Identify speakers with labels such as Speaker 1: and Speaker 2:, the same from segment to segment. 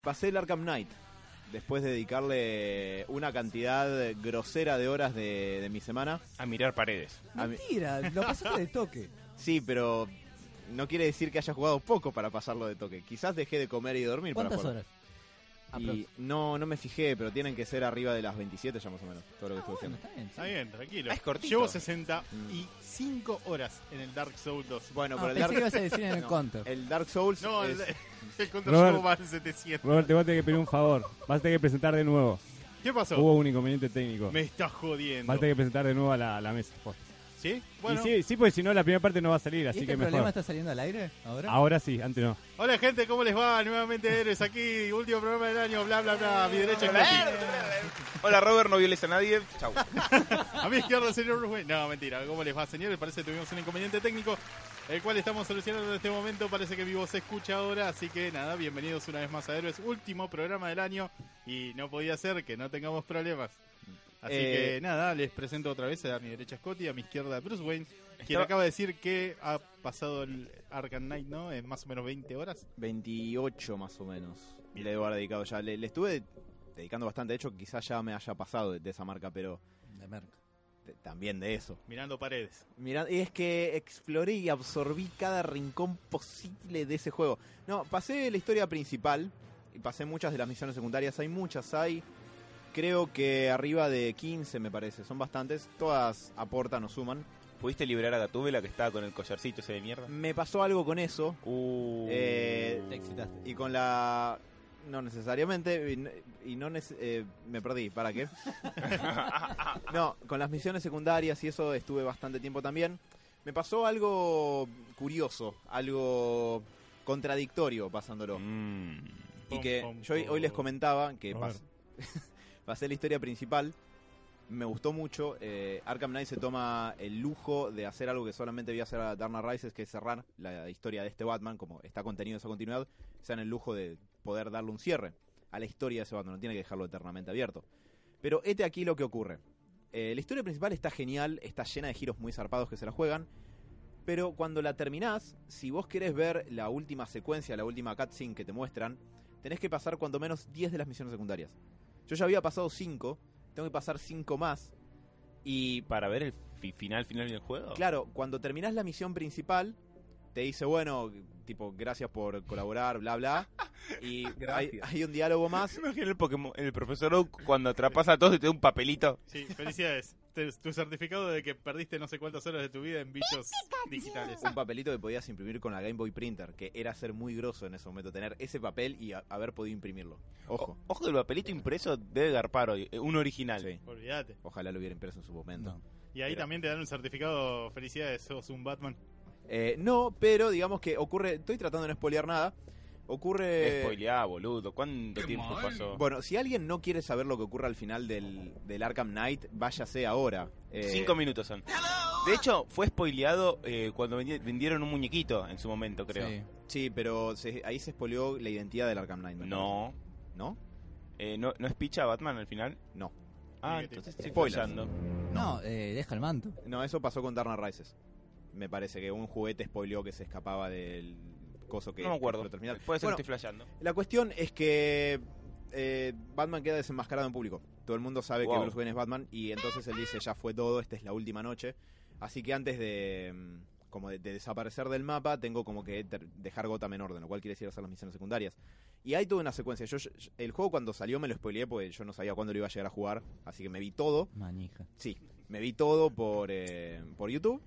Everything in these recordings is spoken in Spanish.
Speaker 1: Pasé el Arkham Knight después de dedicarle una cantidad grosera de horas de, de mi semana.
Speaker 2: A mirar paredes.
Speaker 1: A mi-
Speaker 3: Mentira, lo pasaste de toque.
Speaker 1: Sí, pero no quiere decir que haya jugado poco para pasarlo de toque. Quizás dejé de comer y dormir para
Speaker 3: ¿Cuántas
Speaker 1: jugar.
Speaker 3: horas?
Speaker 1: Y no, no me fijé, pero tienen que ser arriba de las 27 ya más o menos, todo lo que estoy haciendo.
Speaker 3: Está bien, sí.
Speaker 2: Está bien, tranquilo.
Speaker 4: Ah, es cortito.
Speaker 2: Llevo 65 horas en el Dark Souls 2.
Speaker 1: Bueno,
Speaker 3: Ah,
Speaker 1: pero el
Speaker 3: pensé
Speaker 1: Dark,
Speaker 3: que ibas a decir en el
Speaker 1: No,
Speaker 3: Counter.
Speaker 1: el Dark Souls
Speaker 2: No,
Speaker 1: es-
Speaker 2: el, el control
Speaker 5: Robert.
Speaker 2: llevo más de 700.
Speaker 5: Robert, te voy a tener que pedir un favor. Vas a tener que presentar de nuevo.
Speaker 2: ¿Qué pasó?
Speaker 5: Hubo un inconveniente técnico.
Speaker 2: Me estás jodiendo.
Speaker 5: Vas a tener que presentar de nuevo a la, a la mesa. por favor.
Speaker 2: ¿Sí? Bueno.
Speaker 5: Y sí, sí, porque si no, la primera parte no va a salir,
Speaker 3: ¿Y
Speaker 5: así
Speaker 3: este
Speaker 5: que
Speaker 3: problema
Speaker 5: mejor.
Speaker 3: está saliendo al aire ahora?
Speaker 5: Ahora sí, antes no.
Speaker 2: Hola gente, ¿cómo les va? Nuevamente Héroes aquí, último programa del año, bla bla bla, a mi derecha es Capi.
Speaker 4: Hola, Robert, no violes a nadie. Chau.
Speaker 2: A mi izquierda el señor Rubén. No, mentira, ¿cómo les va señores? Parece que tuvimos un inconveniente técnico, el cual estamos solucionando en este momento, parece que mi voz se escucha ahora, así que nada, bienvenidos una vez más a Héroes, último programa del año y no podía ser que no tengamos problemas. Así
Speaker 1: Eh,
Speaker 2: que nada, les presento otra vez a mi derecha Scotty, a mi izquierda Bruce Wayne, quien
Speaker 4: Estaba-
Speaker 2: acaba de decir que ha pasado el Arkham Knight, ¿no? En más o menos 20 horas.
Speaker 1: 28 más o menos. Le debo haber dedicado ya. Le, le estuve dedicando bastante. De hecho, quizás ya me haya pasado de, de esa marca, pero
Speaker 3: De merca.
Speaker 1: t- también de eso.
Speaker 2: Mirando paredes.
Speaker 1: Mirá, y es que exploré y absorbí cada rincón posible de ese juego. No, pasé la historia principal y pasé muchas de las misiones secundarias. Hay muchas, hay creo que arriba de 15 me parece. Son bastantes. Todas aportan o suman.
Speaker 4: ¿Pudiste liberar a Gatúbela que estaba con el collarcito ese de mierda?
Speaker 1: Me pasó algo con eso.
Speaker 4: Uh.
Speaker 1: Eh,
Speaker 3: Te excitaste.
Speaker 1: Y con la... No necesariamente, y no- y no nece- eh, me perdí, ¿para qué? no, con las misiones secundarias y eso estuve bastante tiempo también. Me pasó algo curioso, algo contradictorio pasándolo.
Speaker 4: Mm.
Speaker 1: Y
Speaker 2: Pom,
Speaker 1: que
Speaker 2: pom,
Speaker 1: yo hoy-
Speaker 2: pom.
Speaker 1: hoy les comentaba que
Speaker 5: A
Speaker 1: pas- pasé la historia principal, me gustó mucho. eh, Arkham Knight se toma el lujo de hacer algo que solamente voy a hacer a Darna Rises, que es cerrar la historia de este Batman, como está contenido esa continuidad, se dan el lujo de poder darle un cierre a la historia de ese Batman, no tiene que dejarlo eternamente abierto. Pero este aquí lo que ocurre. Eh, la historia principal está genial, está llena de giros muy zarpados que se la juegan. Pero cuando la terminás, si vos querés ver la última secuencia, la última cutscene que te muestran, tenés que pasar cuando menos 10 de las misiones secundarias. Yo ya había pasado 5, tengo que pasar 5 más. Y
Speaker 4: ¿Para ver el fi- final final del juego?
Speaker 1: claro, cuando terminás la misión principal, te dice, bueno, tipo, gracias por colaborar, bla, bla. Y hay,
Speaker 4: Gracias.
Speaker 1: hay un diálogo más.
Speaker 4: Imagina el Pokémon, el profesor Oak cuando atrapas a todos y te da un papelito.
Speaker 2: Sí, felicidades. Te- tu certificado de que perdiste no sé cuántas horas de tu vida en bichos digitales.
Speaker 1: Un papelito que podías imprimir con la Game Boy Printer, que era ser muy grosso en ese momento, tener ese papel y a- haber podido imprimirlo. Ojo,
Speaker 4: O- ojo, el papelito impreso debe garpar hoy. eh, Un original.
Speaker 1: Sí.
Speaker 2: Olvídate.
Speaker 1: ojalá lo hubiera impreso en su momento.
Speaker 3: No.
Speaker 2: Y ahí
Speaker 1: Pero-
Speaker 2: también te dan un certificado. Felicidades, sos un Batman.
Speaker 1: Eh, no, pero digamos que ocurre. Estoy tratando de no spoilear nada. Ocurre.
Speaker 4: Spoileá, boludo. ¿Cuánto tiempo pasó?
Speaker 1: Bueno, si alguien no quiere saber lo que ocurre al final del, del Arkham Knight, váyase ahora. Eh,
Speaker 4: Cinco minutos son. De hecho, fue spoileado eh, cuando vendi- vendieron un muñequito en su momento, creo.
Speaker 3: Sí.
Speaker 1: Sí, pero se- ahí se spoileó la identidad del Arkham Knight. me
Speaker 4: No.
Speaker 1: parece. ¿No?
Speaker 4: Eh, ¿no, ¿No es picha Batman al final?
Speaker 1: No.
Speaker 4: Ah,
Speaker 2: Muñequito.
Speaker 4: entonces estoy
Speaker 1: Spoilers.
Speaker 4: fallando.
Speaker 3: No, eh, deja el manto.
Speaker 1: No, eso pasó con Darna Rises. Me parece que un juguete spoileó que se escapaba del coso que
Speaker 4: No me acuerdo.
Speaker 1: que explotó al final.
Speaker 4: Puede ser
Speaker 1: Bueno,
Speaker 4: que estoy flasheando.
Speaker 1: La cuestión es que eh, Batman queda desenmascarado en público. Todo el mundo sabe
Speaker 4: Wow.
Speaker 1: que Bruce Wayne es Batman y entonces él dice, ya fue todo, esta es la última noche. Así que antes de mm, como de, de desaparecer del mapa, tengo como que ter- dejar Gotham en orden, lo cual quiere decir hacer las misiones secundarias. Y ahí tuve una secuencia. Yo, yo- el juego cuando salió me lo spoileé porque yo no sabía cuándo lo iba a llegar a jugar, así que me vi todo.
Speaker 3: Manija.
Speaker 1: Sí, me vi todo por, eh, por YouTube.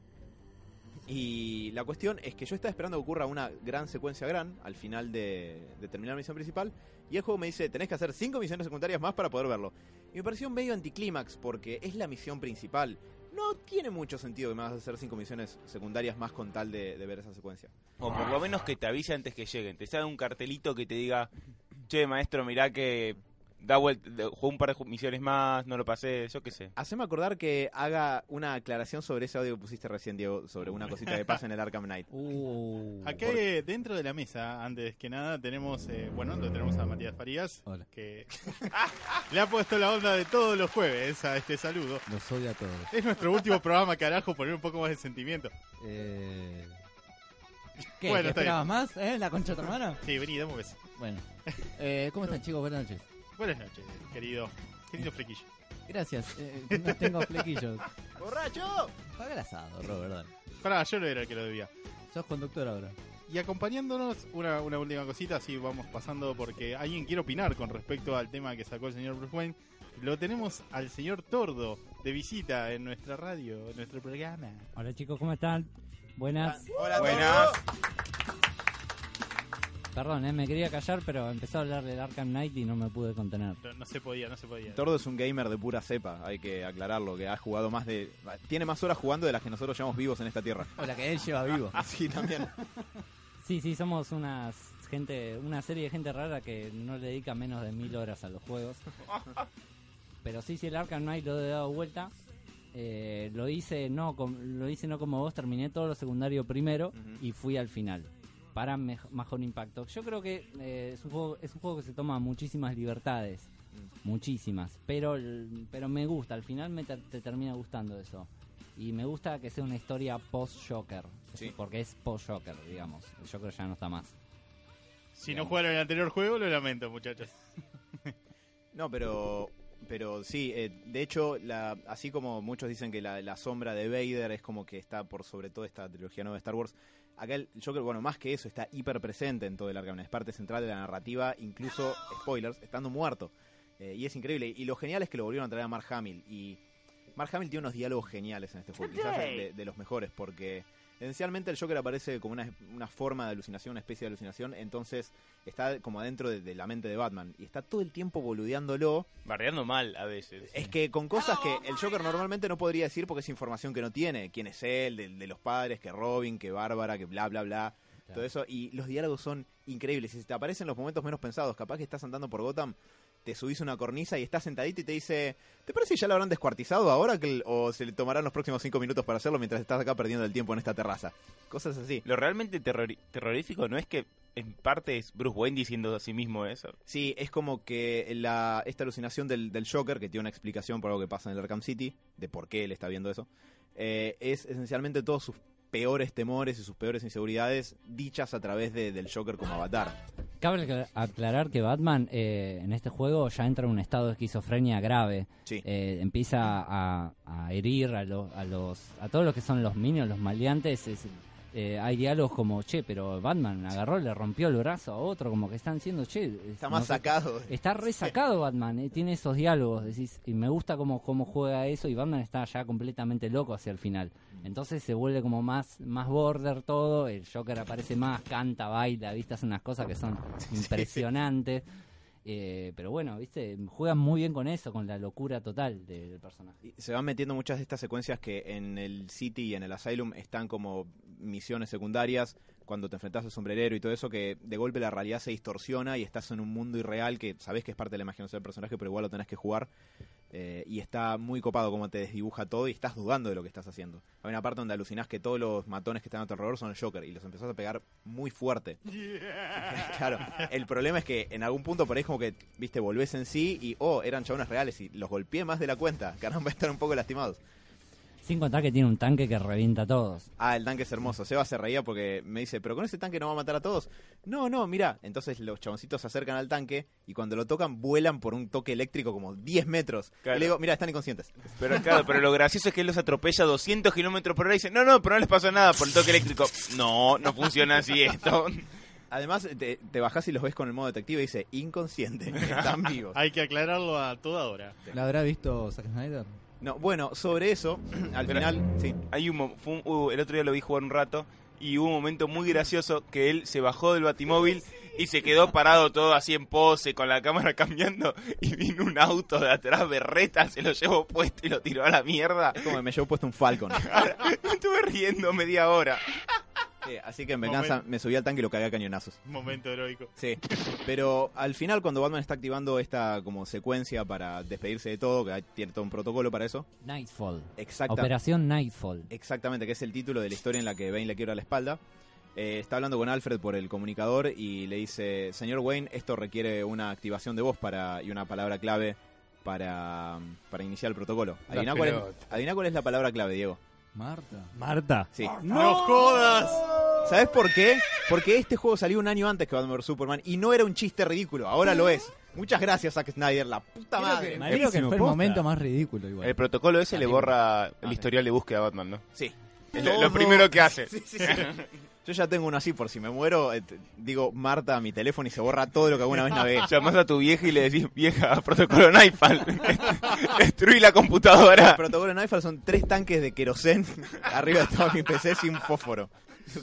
Speaker 1: Y la cuestión es que yo estaba esperando que ocurra una gran secuencia gran al final de, de terminar la misión principal. Y el juego me dice, tenés que hacer cinco misiones secundarias más para poder verlo. Y me pareció medio anticlímax porque es la misión principal. No tiene mucho sentido que me vas a hacer cinco misiones secundarias más con tal de, de ver esa secuencia.
Speaker 4: O por lo menos que te avise antes que lleguen. Te sale un cartelito que te diga, che, maestro, mirá que da vuelta, de- jugó un par de ju- misiones más, no lo pasé, yo qué sé.
Speaker 1: Haceme acordar que haga una aclaración sobre ese audio que pusiste recién, Diego, sobre una cosita que pasa en el Arkham Knight.
Speaker 3: Uh,
Speaker 2: Acá eh, dentro de la mesa, antes que nada, tenemos, eh, bueno, lo tenemos a Matías Farías,
Speaker 3: Hola.
Speaker 2: que le ha puesto la onda de todos los jueves a este saludo.
Speaker 3: los odio a todos.
Speaker 2: Es nuestro último programa, carajo, poner un poco más de sentimiento.
Speaker 3: Eh... ¿Qué?
Speaker 2: Bueno,
Speaker 3: ¿Te
Speaker 2: está
Speaker 3: esperabas más? ¿Eh? ¿La concha de tu hermana?
Speaker 2: Sí, vení, dame un beso.
Speaker 3: Bueno. Eh, ¿Cómo están, chicos? Buenas noches.
Speaker 2: Buenas noches, querido. Querido flequillo.
Speaker 3: Gracias. Eh, no tengo flequillos.
Speaker 1: ¡Borracho!
Speaker 3: Paga el asado, Robert. dale.
Speaker 2: Pará, yo no era el que lo debía.
Speaker 3: Sos conductor ahora.
Speaker 2: Y acompañándonos, una, una última cosita, así vamos pasando, porque alguien quiere opinar con respecto al tema que sacó el señor Bruce Wayne. Lo tenemos al señor Tordo de visita en nuestra radio, en nuestro programa.
Speaker 6: Hola chicos, ¿cómo están? Buenas.
Speaker 1: Hola,
Speaker 4: Buenas.
Speaker 6: Perdón, eh, me quería callar, pero empezó a hablar del Arkham Knight y no me pude contener.
Speaker 2: No, no se podía, no se podía.
Speaker 1: Tordo es un gamer de pura cepa, hay que aclararlo, que ha jugado más de... Tiene más horas jugando de las que nosotros llevamos vivos en esta tierra.
Speaker 3: O la que él lleva vivo.
Speaker 1: Así también.
Speaker 6: Sí, sí, somos unas gente, una serie de gente rara que no le dedica menos de mil horas a los juegos. Pero sí, sí, el Arkham Knight lo he dado vuelta. Eh, lo hice no com- lo hice no como vos, terminé todo lo secundario primero
Speaker 1: Ujú.
Speaker 6: y fui al final para mej- mejor impacto. Yo creo que eh, es, un juego, es un juego que se toma muchísimas libertades,
Speaker 1: Mm.
Speaker 6: muchísimas, pero el- pero me gusta, al final me ter- te termina gustando eso. Y me gusta que sea una historia post-Joker,
Speaker 1: Sí.
Speaker 6: porque es post-Joker, digamos. El Joker ya no está más.
Speaker 2: Si no jugaron el anterior juego, lo lamento, muchachos.
Speaker 1: No, pero pero sí, eh, de hecho, la, así como muchos dicen que la, la sombra de Vader es como que está por sobre todo esta trilogía nueva de Star Wars, acá el Joker, bueno, más que eso, está hiper presente en todo el Arkham, Knight, es parte central de la narrativa, incluso, spoilers, estando muerto. Eh, y es increíble. Y lo genial es que lo volvieron a traer a Mark Hamill. Y Mark Hamill tiene unos diálogos geniales en este juego, quizás de, de los mejores, porque esencialmente el Joker aparece como una, una forma de alucinación, una especie de alucinación, entonces está como adentro de, de la mente de Batman. Y está todo el tiempo boludeándolo.
Speaker 4: Barreando mal a veces.
Speaker 1: Es que con cosas que el Joker normalmente no podría decir porque es información que no tiene. Quién es él, de, de los padres, que Robin, que Bárbara, que bla, bla, bla. Todo eso. Y los diálogos son increíbles. Y si te aparecen los momentos menos pensados, capaz que estás andando por Gotham, te subís a una cornisa y estás sentadito y te dice, ¿te parece que ya lo habrán descuartizado ahora que el- o se le tomarán los próximos cinco minutos para hacerlo mientras estás acá perdiendo el tiempo en esta terraza? Cosas así.
Speaker 4: Lo realmente terrori- terrorífico no es que en parte es Bruce Wayne diciendo a sí mismo eso.
Speaker 1: Sí, es como que la, esta alucinación del, del Joker, que tiene una explicación por algo que pasa en el Arkham City, de por qué él está viendo eso, eh, es esencialmente todos sus peores temores y sus peores inseguridades dichas a través de- del Joker como avatar.
Speaker 6: Cabe acla- aclarar que Batman eh, en este juego ya entra en un estado de esquizofrenia grave.
Speaker 1: Sí.
Speaker 6: Eh, empieza a, a herir a, lo- a los a todos los que son los minions, los maleantes. es- eh, hay diálogos como, che, pero Batman agarró, le rompió el brazo a otro, como que están diciendo, che.
Speaker 1: está más
Speaker 6: nosotros-
Speaker 1: sacado.
Speaker 6: Está resacado Batman, eh, tiene esos diálogos, decís, y me gusta cómo, cómo juega eso, y Batman está ya completamente loco hacia el final. Entonces se vuelve como más, más border todo, el Joker aparece más, canta, baila, viste, hace unas cosas que son impresionantes. Eh, pero bueno, viste, juegan muy bien con eso, con la locura total del personaje.
Speaker 1: Y Se van metiendo muchas de estas secuencias que en el City y en el Asylum están como misiones secundarias, cuando te enfrentas al sombrerero y todo eso, que de golpe la realidad se distorsiona y estás en un mundo irreal que sabés que es parte de la imaginación del personaje, pero igual lo tenés que jugar. Eh, y está muy copado como te desdibuja todo y estás dudando de lo que estás haciendo. Hay una parte donde alucinás que todos los matones que están a tu alrededor son el Joker y los empezás a pegar muy fuerte. claro, el problema es que en algún punto por ahí es como que, viste, volvés en sí y, oh, eran chabones reales y los golpeé más de la cuenta. Caramba, están un poco lastimados.
Speaker 6: Sin contar que tiene un tanque que revienta a todos.
Speaker 1: Ah, el tanque es hermoso. Seba se reía porque me dice, pero con ese tanque no va a matar a todos. No, no, mira. Entonces los chaboncitos se acercan al tanque y cuando lo tocan vuelan por un toque eléctrico como 10 metros.
Speaker 4: Claro.
Speaker 1: Le digo, mira, están inconscientes.
Speaker 4: Pero claro, pero lo gracioso es que él los atropella a 200 kilómetros por hora y dice, no, no, pero no les pasa nada por el toque eléctrico. No, no funciona así esto.
Speaker 1: Además, te, te bajás y los ves con el modo detective y dice, inconsciente, están vivos.
Speaker 2: Hay que aclararlo a toda hora.
Speaker 3: ¿La habrá visto Zack Snyder?
Speaker 1: No, bueno, sobre eso, al
Speaker 4: Pero-
Speaker 1: final, sí.
Speaker 4: Hay un, mo- fue un- uh, el otro día lo vi jugar un rato y hubo un momento muy gracioso que él se bajó del batimóvil y se quedó parado todo así en pose con la cámara cambiando y vino un auto de atrás berreta, se lo llevó puesto y lo tiró a la mierda.
Speaker 1: Es como que me llevo puesto un Falcon.
Speaker 4: Me estuve riendo media hora.
Speaker 1: Sí, así que en venganza me subí al tanque y lo cagué a cañonazos.
Speaker 2: Momento heroico.
Speaker 1: Sí, pero al final cuando Batman está activando esta como secuencia para despedirse de todo, que hay- tiene todo un protocolo para eso.
Speaker 6: Nightfall.
Speaker 1: Exacta,
Speaker 6: Operación Nightfall.
Speaker 1: Exactamente, que es el título de la historia en la que Bane le quiebra la espalda. Eh, está hablando con Alfred por el comunicador y le dice, señor Wayne, esto requiere una activación de voz para, y una palabra clave para, para iniciar el protocolo. Adivina cuál, es, adivina cuál es la palabra clave, Diego.
Speaker 3: Marta.
Speaker 5: Marta.
Speaker 1: Sí.
Speaker 2: ¡No, jodas!
Speaker 1: Ah, ¿Sabes por qué? Porque este juego salió un año antes que Batman vs. Superman y no era un chiste ridículo, ahora lo es. Muchas gracias, Zack Snyder, la puta madre.
Speaker 3: Creo que
Speaker 5: Buenísimo,
Speaker 3: fue el
Speaker 5: posta.
Speaker 3: momento más ridículo igual.
Speaker 4: El protocolo ese le borra el
Speaker 1: Ah,
Speaker 4: historial de búsqueda a Batman, ¿no?
Speaker 1: Sí.
Speaker 4: Es lo,
Speaker 1: Todo.
Speaker 4: lo primero que hace.
Speaker 1: Sí, sí, sí. Yo ya tengo uno así por si me muero, eh, te- digo Marta a mi teléfono y se borra todo lo que alguna vez navegué.
Speaker 4: Llamás a tu vieja y le decís, vieja, protocolo Nightfall. Destruí la computadora.
Speaker 1: El protocolo Nightfall son tres tanques de querosén arriba de todo mi PC sin fósforo.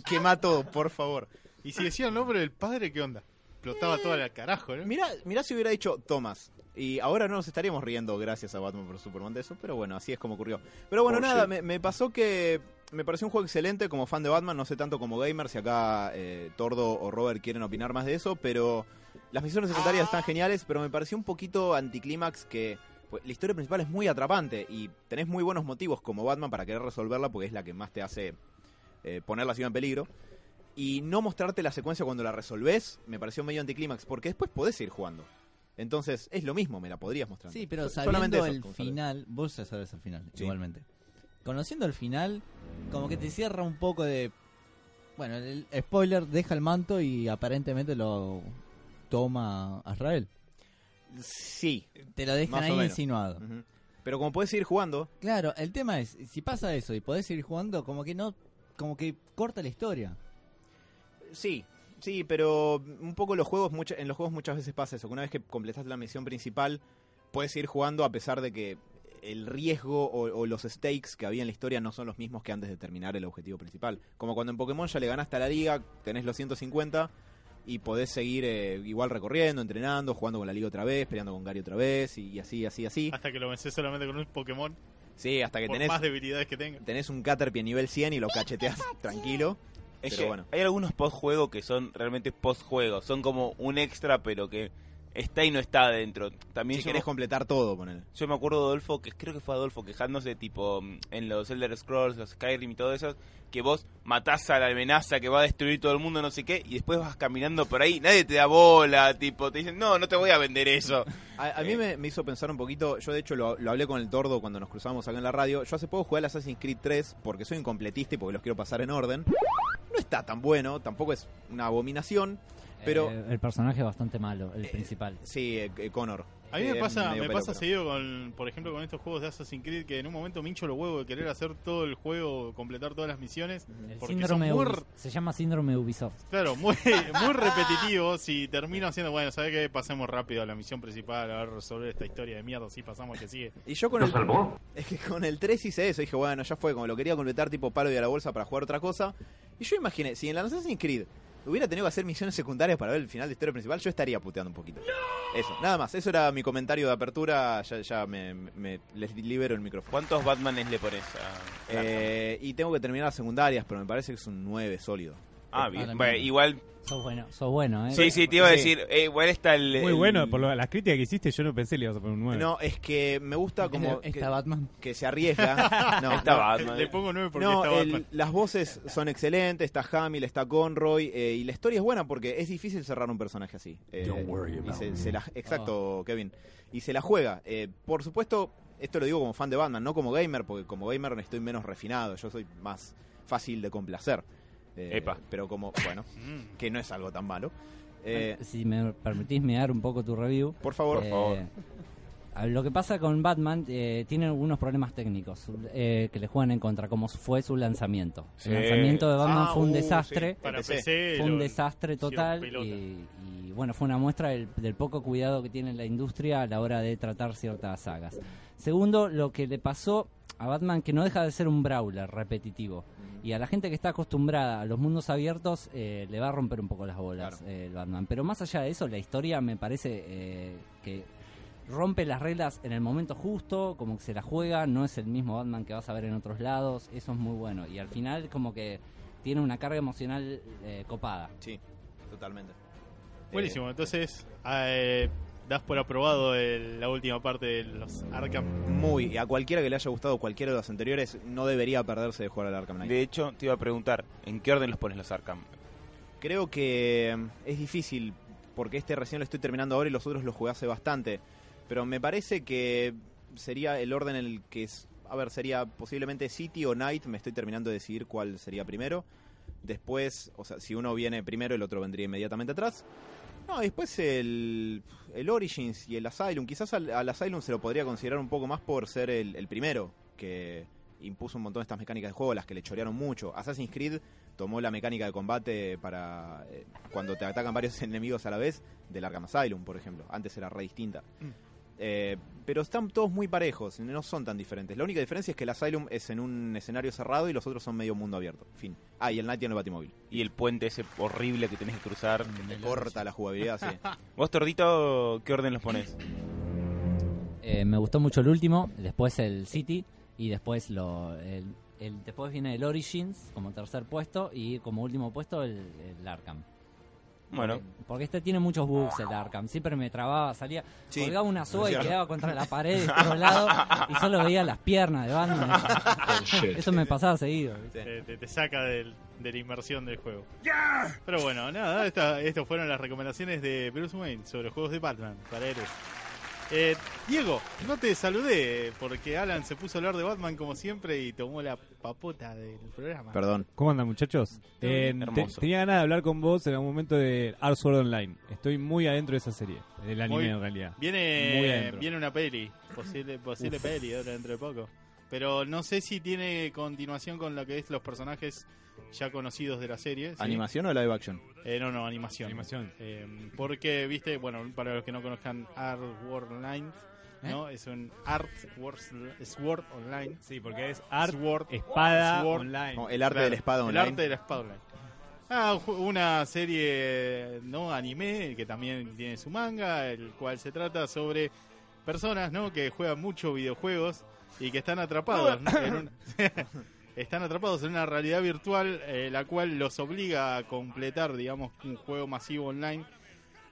Speaker 1: Quema todo, por favor.
Speaker 2: Y si decía el nombre del padre, ¿qué onda? Explotaba
Speaker 3: Eh,
Speaker 2: todo al carajo, ¿no?
Speaker 1: Mirá, mirá si hubiera dicho Thomas. Y ahora no nos estaríamos riendo gracias a Batman por Superman de eso, pero bueno, así es como ocurrió. Pero bueno,
Speaker 4: Oh,
Speaker 1: nada,
Speaker 4: shit.
Speaker 1: me, me pasó que me pareció un juego excelente como fan de Batman, no sé tanto como gamer, si acá eh, Tordo o Robert quieren opinar más de eso, pero las misiones
Speaker 4: Ah.
Speaker 1: secundarias están geniales, pero me pareció un poquito anticlímax que pues, la historia principal es muy atrapante y tenés muy buenos motivos como Batman para querer resolverla porque es la que más te hace eh, poner la ciudad en peligro. Y no mostrarte la secuencia cuando la resolvés me pareció medio anticlímax, porque después podés seguir jugando. Entonces, es lo mismo, me la podrías mostrar.
Speaker 3: Sí, pero
Speaker 1: So-
Speaker 3: sabiendo
Speaker 1: solamente eso,
Speaker 3: el
Speaker 1: como saber.
Speaker 3: final, vos ya sabes el final,
Speaker 1: Sí.
Speaker 3: igualmente. Conociendo el final, como que te cierra un poco de... Bueno, el el spoiler deja el manto y aparentemente lo toma Azrael.
Speaker 1: Sí.
Speaker 3: Te lo dejan
Speaker 1: Más o
Speaker 3: ahí
Speaker 1: menos.
Speaker 3: insinuado.
Speaker 1: Ujú. Pero como podés seguir jugando,
Speaker 3: Claro, el tema es, si pasa eso y podés seguir jugando, como que no... Como que corta la historia.
Speaker 1: sí. Sí, pero un poco los juegos, mucha- en los juegos muchas veces pasa eso. que Una vez que completaste la misión principal, puedes seguir jugando a pesar de que el riesgo o, o los stakes que había en la historia no son los mismos que antes de terminar el objetivo principal. Como cuando en Pokémon ya le ganaste a la liga, tenés los 150 y podés seguir eh, igual recorriendo, entrenando, jugando con la liga otra vez, peleando con Gary otra vez y, y así, así, así.
Speaker 2: Hasta que lo vencés solamente con un Pokémon,
Speaker 1: Sí, hasta que
Speaker 2: Ah, por
Speaker 1: tenés...
Speaker 2: más debilidades que tenga.
Speaker 1: tenés un Caterpie nivel 100 y lo cacheteas tranquilo.
Speaker 4: Es
Speaker 1: Pero
Speaker 4: que
Speaker 1: bueno.
Speaker 4: Hay algunos postjuegos que son realmente postjuegos. Son como un extra, pero que está y no está adentro. También
Speaker 1: Si
Speaker 4: yo,
Speaker 1: querés completar todo con él.
Speaker 4: yo me acuerdo de Adolfo, que creo que fue Adolfo quejándose, tipo mm, en los Elder Scrolls, los Skyrim y todo eso, que vos matás a la amenaza que va a destruir todo el mundo, no sé qué, y después vas caminando por ahí, nadie te da bola, tipo, te dicen, no, no te voy a vender eso.
Speaker 1: A,
Speaker 2: Eh.
Speaker 1: a mí me, me hizo pensar un poquito, yo de hecho lo, lo hablé con el tordo cuando nos cruzamos acá en la radio. Yo hace poco jugué al Assassin's Creed 3 porque soy incompletista y porque los quiero pasar en orden. No está tan bueno, tampoco es una abominación. Pero-
Speaker 6: Eh, el personaje es bastante malo, el principal.
Speaker 1: Sí, eh, eh, Connor.
Speaker 2: A mí me
Speaker 1: Eh,
Speaker 2: pasa,
Speaker 1: medio
Speaker 2: me
Speaker 1: pelo,
Speaker 2: pasa
Speaker 1: pero-
Speaker 2: seguido con, por ejemplo, con estos juegos de Assassin's Creed que en un momento me hincho los huevos de querer hacer todo el juego, completar todas las misiones.
Speaker 6: El
Speaker 2: Porque
Speaker 6: síndrome
Speaker 2: son muy-
Speaker 6: Ubis- se llama síndrome Ubisoft.
Speaker 2: Claro, muy, muy repetitivo. Si termino haciendo, bueno, ¿sabes qué? Pasemos rápido a la misión principal, a ver, resolver esta historia de mierda. Sí, pasamos que sigue.
Speaker 1: Y yo con el. Es que con el 3 hice eso. Dije, bueno, ya fue. Como lo quería completar tipo palo y a la bolsa para jugar otra cosa. Y yo imaginé, si en la Assassin's Creed hubiera tenido que hacer misiones secundarias para ver el final de historia principal, yo estaría puteando un poquito. Eso, nada más. Eso era mi comentario de apertura. Ya, ya me, me- les libero el micrófono.
Speaker 4: ¿Cuántos Batmanes le pones a-
Speaker 1: Eh, y tengo que terminar las secundarias, pero me parece que es un 9 sólido.
Speaker 3: a
Speaker 4: Ah,
Speaker 3: la
Speaker 4: bien. Bueno,
Speaker 3: mierda.
Speaker 4: igual,
Speaker 6: Sos bueno, sos bueno, ¿eh?
Speaker 4: sí, sí, te iba a
Speaker 1: Sí.
Speaker 4: decir, eh, igual está el...
Speaker 5: Muy
Speaker 4: el-
Speaker 5: bueno, por lo- las críticas que hiciste yo no pensé le ibas a poner un 9.
Speaker 1: No, es que me gusta
Speaker 6: Este,
Speaker 1: como
Speaker 3: esta
Speaker 1: que,
Speaker 3: Batman.
Speaker 1: que se arriesga. No,
Speaker 4: Está
Speaker 1: no,
Speaker 4: Batman.
Speaker 2: Le pongo 9 porque
Speaker 1: No,
Speaker 2: está
Speaker 1: el-
Speaker 2: Batman.
Speaker 1: las voces son excelentes, está Hamill, está Conroy, eh, y la historia es buena porque es difícil cerrar un personaje así. Eh, y se, se la- exacto, Kevin. Y se la juega. Eh, por supuesto, esto lo digo como fan de Batman, no como gamer, porque como gamer estoy menos refinado, yo soy más fácil de complacer. Eh,
Speaker 4: Epa.
Speaker 1: Pero como, bueno,
Speaker 2: Mm.
Speaker 1: que no es algo tan malo. Eh,
Speaker 6: Si me permitís mirar un poco tu review.
Speaker 1: por favor,
Speaker 6: Eh, a Lo que pasa con Batman, eh, tiene algunos problemas técnicos eh, que le juegan en contra, como fue su lanzamiento.
Speaker 4: Sí.
Speaker 6: El lanzamiento de Batman
Speaker 1: Ah,
Speaker 6: fue un
Speaker 1: uh,
Speaker 6: desastre.
Speaker 1: sí.
Speaker 2: Para
Speaker 1: PC,
Speaker 2: PC,
Speaker 6: Fue un
Speaker 2: lo-
Speaker 6: desastre
Speaker 2: hicieron
Speaker 6: total
Speaker 2: pelota.
Speaker 6: y, y, bueno, fue una muestra del, del poco cuidado que tiene la industria a la hora de tratar ciertas sagas. Segundo, lo que le pasó a Batman que no deja de ser un brawler repetitivo y a la gente que está acostumbrada a los mundos abiertos eh, le va a romper un poco las bolas eh, el Batman. Pero más allá de eso, la historia me parece eh, que rompe las reglas en el momento justo, como que se la juega, no es el mismo Batman que vas a ver en otros lados, eso es muy bueno. Y al final como que tiene una carga emocional eh, copada.
Speaker 1: Sí, totalmente.
Speaker 2: Buenísimo, entonces eh, das por aprobado el- la última parte de los Arkham.
Speaker 1: Muy, y a cualquiera que le haya gustado cualquiera de los anteriores, no debería perderse de jugar al Arkham Knight.
Speaker 4: De hecho, te iba a preguntar, ¿en qué orden los pones los Arkham?
Speaker 1: Creo que mm, es difícil, porque este recién lo estoy terminando ahora y los otros los jugué hace bastante. Pero me parece que sería el orden en el que es. A ver, sería posiblemente City o Night. Me estoy terminando de decidir cuál sería primero. Después, o sea, si uno viene primero, el otro vendría inmediatamente atrás. No, y después el, el Origins y el Asylum. Quizás al, al Asylum se lo podría considerar un poco más por ser el, el primero, que impuso un montón de estas mecánicas de juego, las que le chorearon mucho. Assassin's Creed tomó la mecánica de combate para eh, cuando te atacan varios enemigos a la vez del Arkham Asylum, por ejemplo. Antes era re distinta. Eh, pero están todos muy parejos, no son tan diferentes. La única diferencia es que el Asylum es en un escenario cerrado y los otros son medio mundo abierto. Fin. Ah, y el Night tiene el Batimóvil.
Speaker 4: Y el puente ese horrible que tenés que cruzar.
Speaker 1: Te corta la jugabilidad, sí.
Speaker 4: Vos, Tordito, ¿qué orden los pones?
Speaker 6: Eh, me gustó mucho el último, después el City y después lo el, el- después viene el Origins como tercer puesto y como último puesto el, el Arkham.
Speaker 4: Bueno,
Speaker 6: Porque- Porque este tiene muchos bugs el Arkham. Siempre me trababa, salía,
Speaker 1: Sí,
Speaker 6: colgaba una soga
Speaker 1: es
Speaker 6: y
Speaker 1: cierto.
Speaker 6: quedaba contra la pared de otro lado y solo veía las piernas de Batman. Eso me pasaba seguido. ¿viste?
Speaker 2: Eh, te, te saca del- de la inmersión del juego. Pero bueno, nada, esta- estas fueron las recomendaciones de Bruce Wayne sobre los juegos de Batman para héroes. Eh, Diego, no te saludé porque Alan se puso a hablar de Batman como siempre y tomó la papota del programa.
Speaker 1: Perdón.
Speaker 5: ¿Cómo andan, muchachos? Eh, te-
Speaker 4: Hermoso.
Speaker 5: tenía ganas de hablar con vos en algún momento de Art Sword Online. Estoy muy adentro de esa serie, del anime
Speaker 2: Muy-
Speaker 5: en realidad. Muy
Speaker 2: Viene,
Speaker 5: adentro.
Speaker 2: viene una peli, posible, posible
Speaker 5: Uf.
Speaker 2: peli ahora dentro de poco. Pero no sé si tiene continuación con lo que es los personajes ya conocidos de la serie. ¿sí?
Speaker 1: ¿Animación o live action?
Speaker 2: Eh, no, no, animación.
Speaker 5: Animación.
Speaker 2: Eh, porque, viste, bueno, para los que no conozcan Art World Online, ¿no?
Speaker 5: ¿Eh?
Speaker 2: Es un Art Wars, Sword Online.
Speaker 5: Sí, porque es Art
Speaker 2: Sword.
Speaker 5: Espada
Speaker 2: Sword.
Speaker 5: Online.
Speaker 1: No, el arte
Speaker 2: Claro,
Speaker 1: de la espada online.
Speaker 2: El arte de la espada online. Ah, un ju- una serie, ¿no? Anime, que también tiene su manga, el cual se trata sobre personas, ¿no? Que juegan mucho videojuegos y que están atrapados, ¿no? en un- Están atrapados en una realidad virtual eh, la cual los obliga a completar, digamos, un juego masivo online.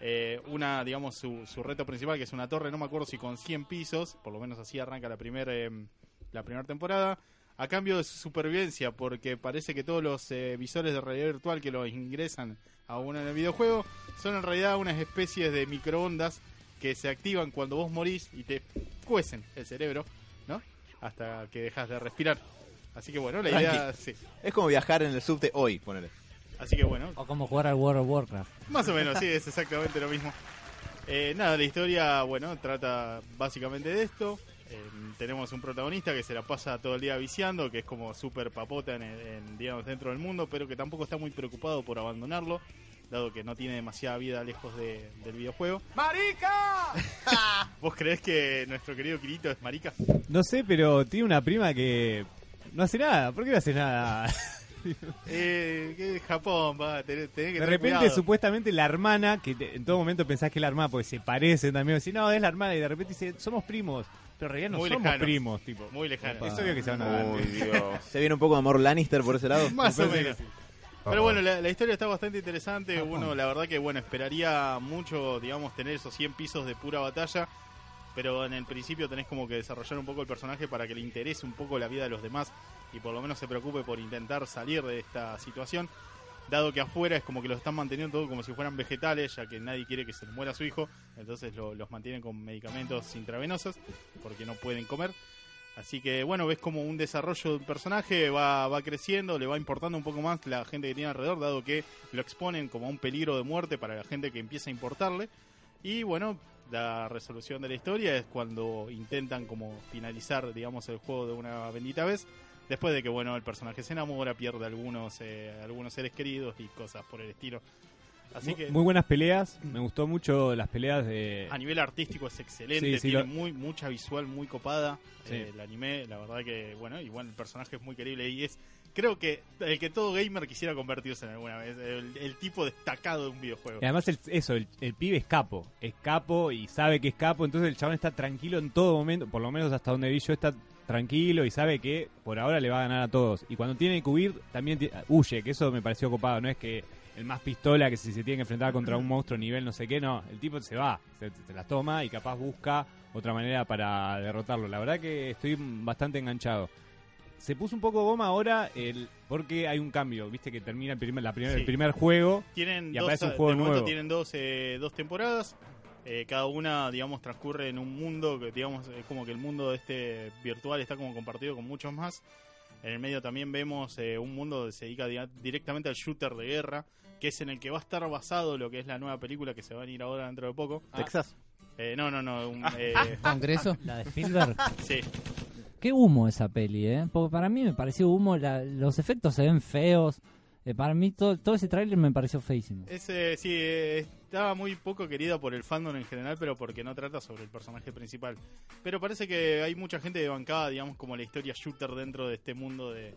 Speaker 2: Eh, una, digamos, su, su reto principal, que es una torre, no me acuerdo si con 100 pisos, por lo menos así arranca la primera la primera temporada a cambio de su supervivencia, porque parece que todos los eh, visores de realidad virtual que los ingresan a uno en el videojuego son en realidad unas especies de microondas que se activan cuando vos morís y te cuecen el cerebro, ¿no? Hasta que dejas de respirar. Así que bueno, la idea, sí.
Speaker 1: Es como viajar en el subte hoy, ponele.
Speaker 2: Así que bueno,
Speaker 6: O como jugar al World of Warcraft.
Speaker 2: más o menos, sí, es exactamente lo mismo. Eh, nada, la historia, bueno, trata básicamente de esto. Eh, tenemos un protagonista que se la pasa todo el día viciando, que es como súper papota en, el- en, digamos, dentro del mundo, pero que tampoco está muy preocupado por abandonarlo, dado que no tiene demasiada vida lejos de- del videojuego. ¡Marica! ¿Vos creés que nuestro querido Kirito es marica?
Speaker 5: No sé, pero tiene una prima que no hace nada. ¿Por qué no hace nada?
Speaker 2: Eh, que Japón, va, tenés, tenés que
Speaker 5: De
Speaker 2: tener
Speaker 5: repente,
Speaker 2: cuidado.
Speaker 5: supuestamente, la hermana, que te- en todo momento pensás que es la hermana, porque se parecen también. Decís, no, es la hermana, y de repente dice, somos primos. Pero en realidad no
Speaker 2: Muy
Speaker 5: somos
Speaker 2: lejano.
Speaker 5: primos, tipo.
Speaker 2: Muy lejano.
Speaker 5: Es obvio que se van a dar.
Speaker 4: Dios.
Speaker 1: ¿Se viene un poco de amor Lannister por ese lado?
Speaker 2: Más o menos. Pero bueno, la, la historia está bastante interesante. Uno, la verdad que, bueno, esperaría mucho, digamos, tener esos 100 pisos de pura batalla. Pero en el principio tenés como que desarrollar un poco el personaje para que le interese un poco la vida de los demás y por lo menos se preocupe por intentar salir de esta situación. Dado que afuera es como que los están manteniendo todo como si fueran vegetales, ya que nadie quiere que se le muera su hijo, entonces lo- los mantienen con medicamentos intravenosos porque no pueden comer. Así que bueno, ves como un desarrollo de un personaje va, va creciendo, le va importando un poco más la gente que tiene alrededor, dado que lo exponen como a un peligro de muerte para la gente que empieza a importarle. Y bueno, la resolución de la historia es cuando intentan como finalizar, digamos, el juego de una bendita vez, después de que bueno, el personaje se enamora, pierde algunos, eh, algunos seres queridos y cosas por el estilo. Así
Speaker 5: Mu-
Speaker 2: que
Speaker 5: Muy buenas peleas. Me gustó mucho las peleas de.
Speaker 2: a nivel artístico es excelente,
Speaker 5: Sí, sí,
Speaker 2: tiene
Speaker 5: lo-
Speaker 2: muy, mucha visual muy copada.
Speaker 5: Sí.
Speaker 2: eh, el anime, la verdad que, bueno, y bueno, el personaje es muy querible y es, creo que, el que todo gamer quisiera convertirse en alguna vez, el, el tipo destacado de un videojuego.
Speaker 5: Y además, el- eso, el, el pibe es capo. Es capo y sabe que es capo. Entonces, el chabón está tranquilo en todo momento. Por lo menos hasta donde vi yo, está tranquilo y sabe que por ahora le va a ganar a todos. Y cuando tiene que huir, también ti- ah, huye, que eso me pareció copado. No es que el más pistola que si se tiene que enfrentar contra un monstruo nivel no sé qué, no. El tipo se va, se, se las toma y capaz busca otra manera para derrotarlo. La verdad que estoy bastante enganchado. Se puso un poco goma ahora el porque hay un cambio, viste que termina el primer, la primer-
Speaker 2: Sí.
Speaker 5: el primer juego.
Speaker 2: Tienen
Speaker 5: Y
Speaker 2: dos,
Speaker 5: aparece un
Speaker 2: de
Speaker 5: juego
Speaker 2: momento
Speaker 5: nuevo.
Speaker 2: tienen dos, eh, dos temporadas. Eh, cada una, digamos, transcurre en un mundo que, digamos, es como que el mundo de este virtual está como compartido con muchos más. En el medio también vemos eh, un mundo que se dedica dia- directamente al shooter de guerra, que es en el que va a estar basado lo que es la nueva película que se va a venir ahora dentro de poco.
Speaker 1: Texas.
Speaker 2: Eh, no, no, no. un, eh,
Speaker 6: Ah.
Speaker 3: Ah, ¿Congreso?
Speaker 6: La de Spielberg.
Speaker 2: sí.
Speaker 6: Qué humo esa peli, ¿eh? Porque para mí me pareció humo, la- los efectos se ven feos. Eh, para mí todo, todo ese tráiler me pareció feísimo.
Speaker 2: Es, eh, sí, eh, estaba muy poco querida por el fandom en general, pero porque no trata sobre el personaje principal. Pero parece que hay mucha gente de bancada, digamos, como la historia shooter dentro de este mundo de,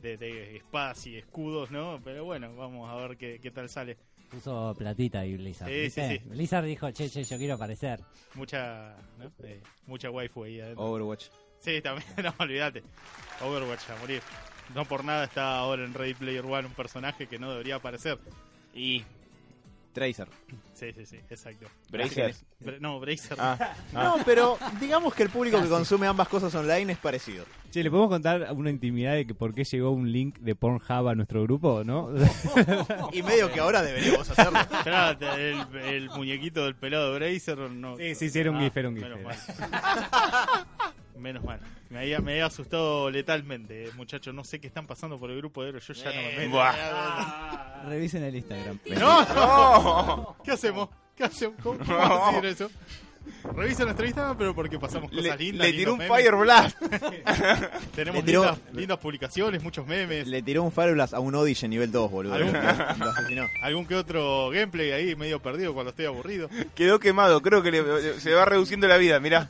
Speaker 2: de- de espadas y escudos, ¿no? Pero bueno, vamos a ver qué, qué tal sale.
Speaker 6: Puso platita ahí Blizzard.
Speaker 2: Sí, sí,
Speaker 6: ¿viste?
Speaker 2: sí.
Speaker 6: Blizzard dijo, che, che, yo quiero aparecer.
Speaker 2: Mucha, ¿no? Eh, mucha waifu ahí adentro.
Speaker 1: Overwatch.
Speaker 2: Sí, también, no, olvídate. Overwatch a morir. No por nada está ahora en Ready Player One un personaje que no debería aparecer.
Speaker 4: Y.
Speaker 1: Tracer.
Speaker 2: Sí, sí, sí, exacto.
Speaker 4: Brazers.
Speaker 2: Bre- no, Bracer.
Speaker 4: Ah,
Speaker 1: No, pero digamos que el público que consume ambas cosas online es parecido.
Speaker 5: Che, ¿le podemos contar una intimidad de que por qué llegó un link de Pornhub a nuestro grupo, no?
Speaker 1: Y medio que ahora deberíamos hacerlo.
Speaker 2: Esperá, el, el muñequito del pelado Bracer no. Ah,
Speaker 5: Sí, sí, sí, era un gif, era un gif,
Speaker 2: Menos
Speaker 5: era.
Speaker 2: mal. Menos mal. Me había, me había asustado letalmente, eh, muchachos. No sé qué están pasando por el grupo de héroes. Yo ya no me meto.
Speaker 3: Revisen el Instagram.
Speaker 2: ¡No! no. ¿Qué hacemos? ¿Qué hacemos? ¿Cómo, cómo vamos a decir eso? Revisa nuestra Instagram, pero porque pasamos
Speaker 4: le,
Speaker 2: cosas lindas.
Speaker 4: le
Speaker 2: lindos
Speaker 4: tiró un
Speaker 2: memes.
Speaker 4: Fire Blast.
Speaker 2: Tenemos
Speaker 1: Le tiró-
Speaker 2: lindas, lindas publicaciones, muchos memes.
Speaker 1: Le tiró un Fireblast a un Odish en nivel 2, boludo.
Speaker 2: Algún-
Speaker 1: Lo asesinó.
Speaker 2: Algún que otro gameplay ahí medio perdido cuando estoy aburrido.
Speaker 4: Quedó quemado, creo que le- se va reduciendo la vida, mirá.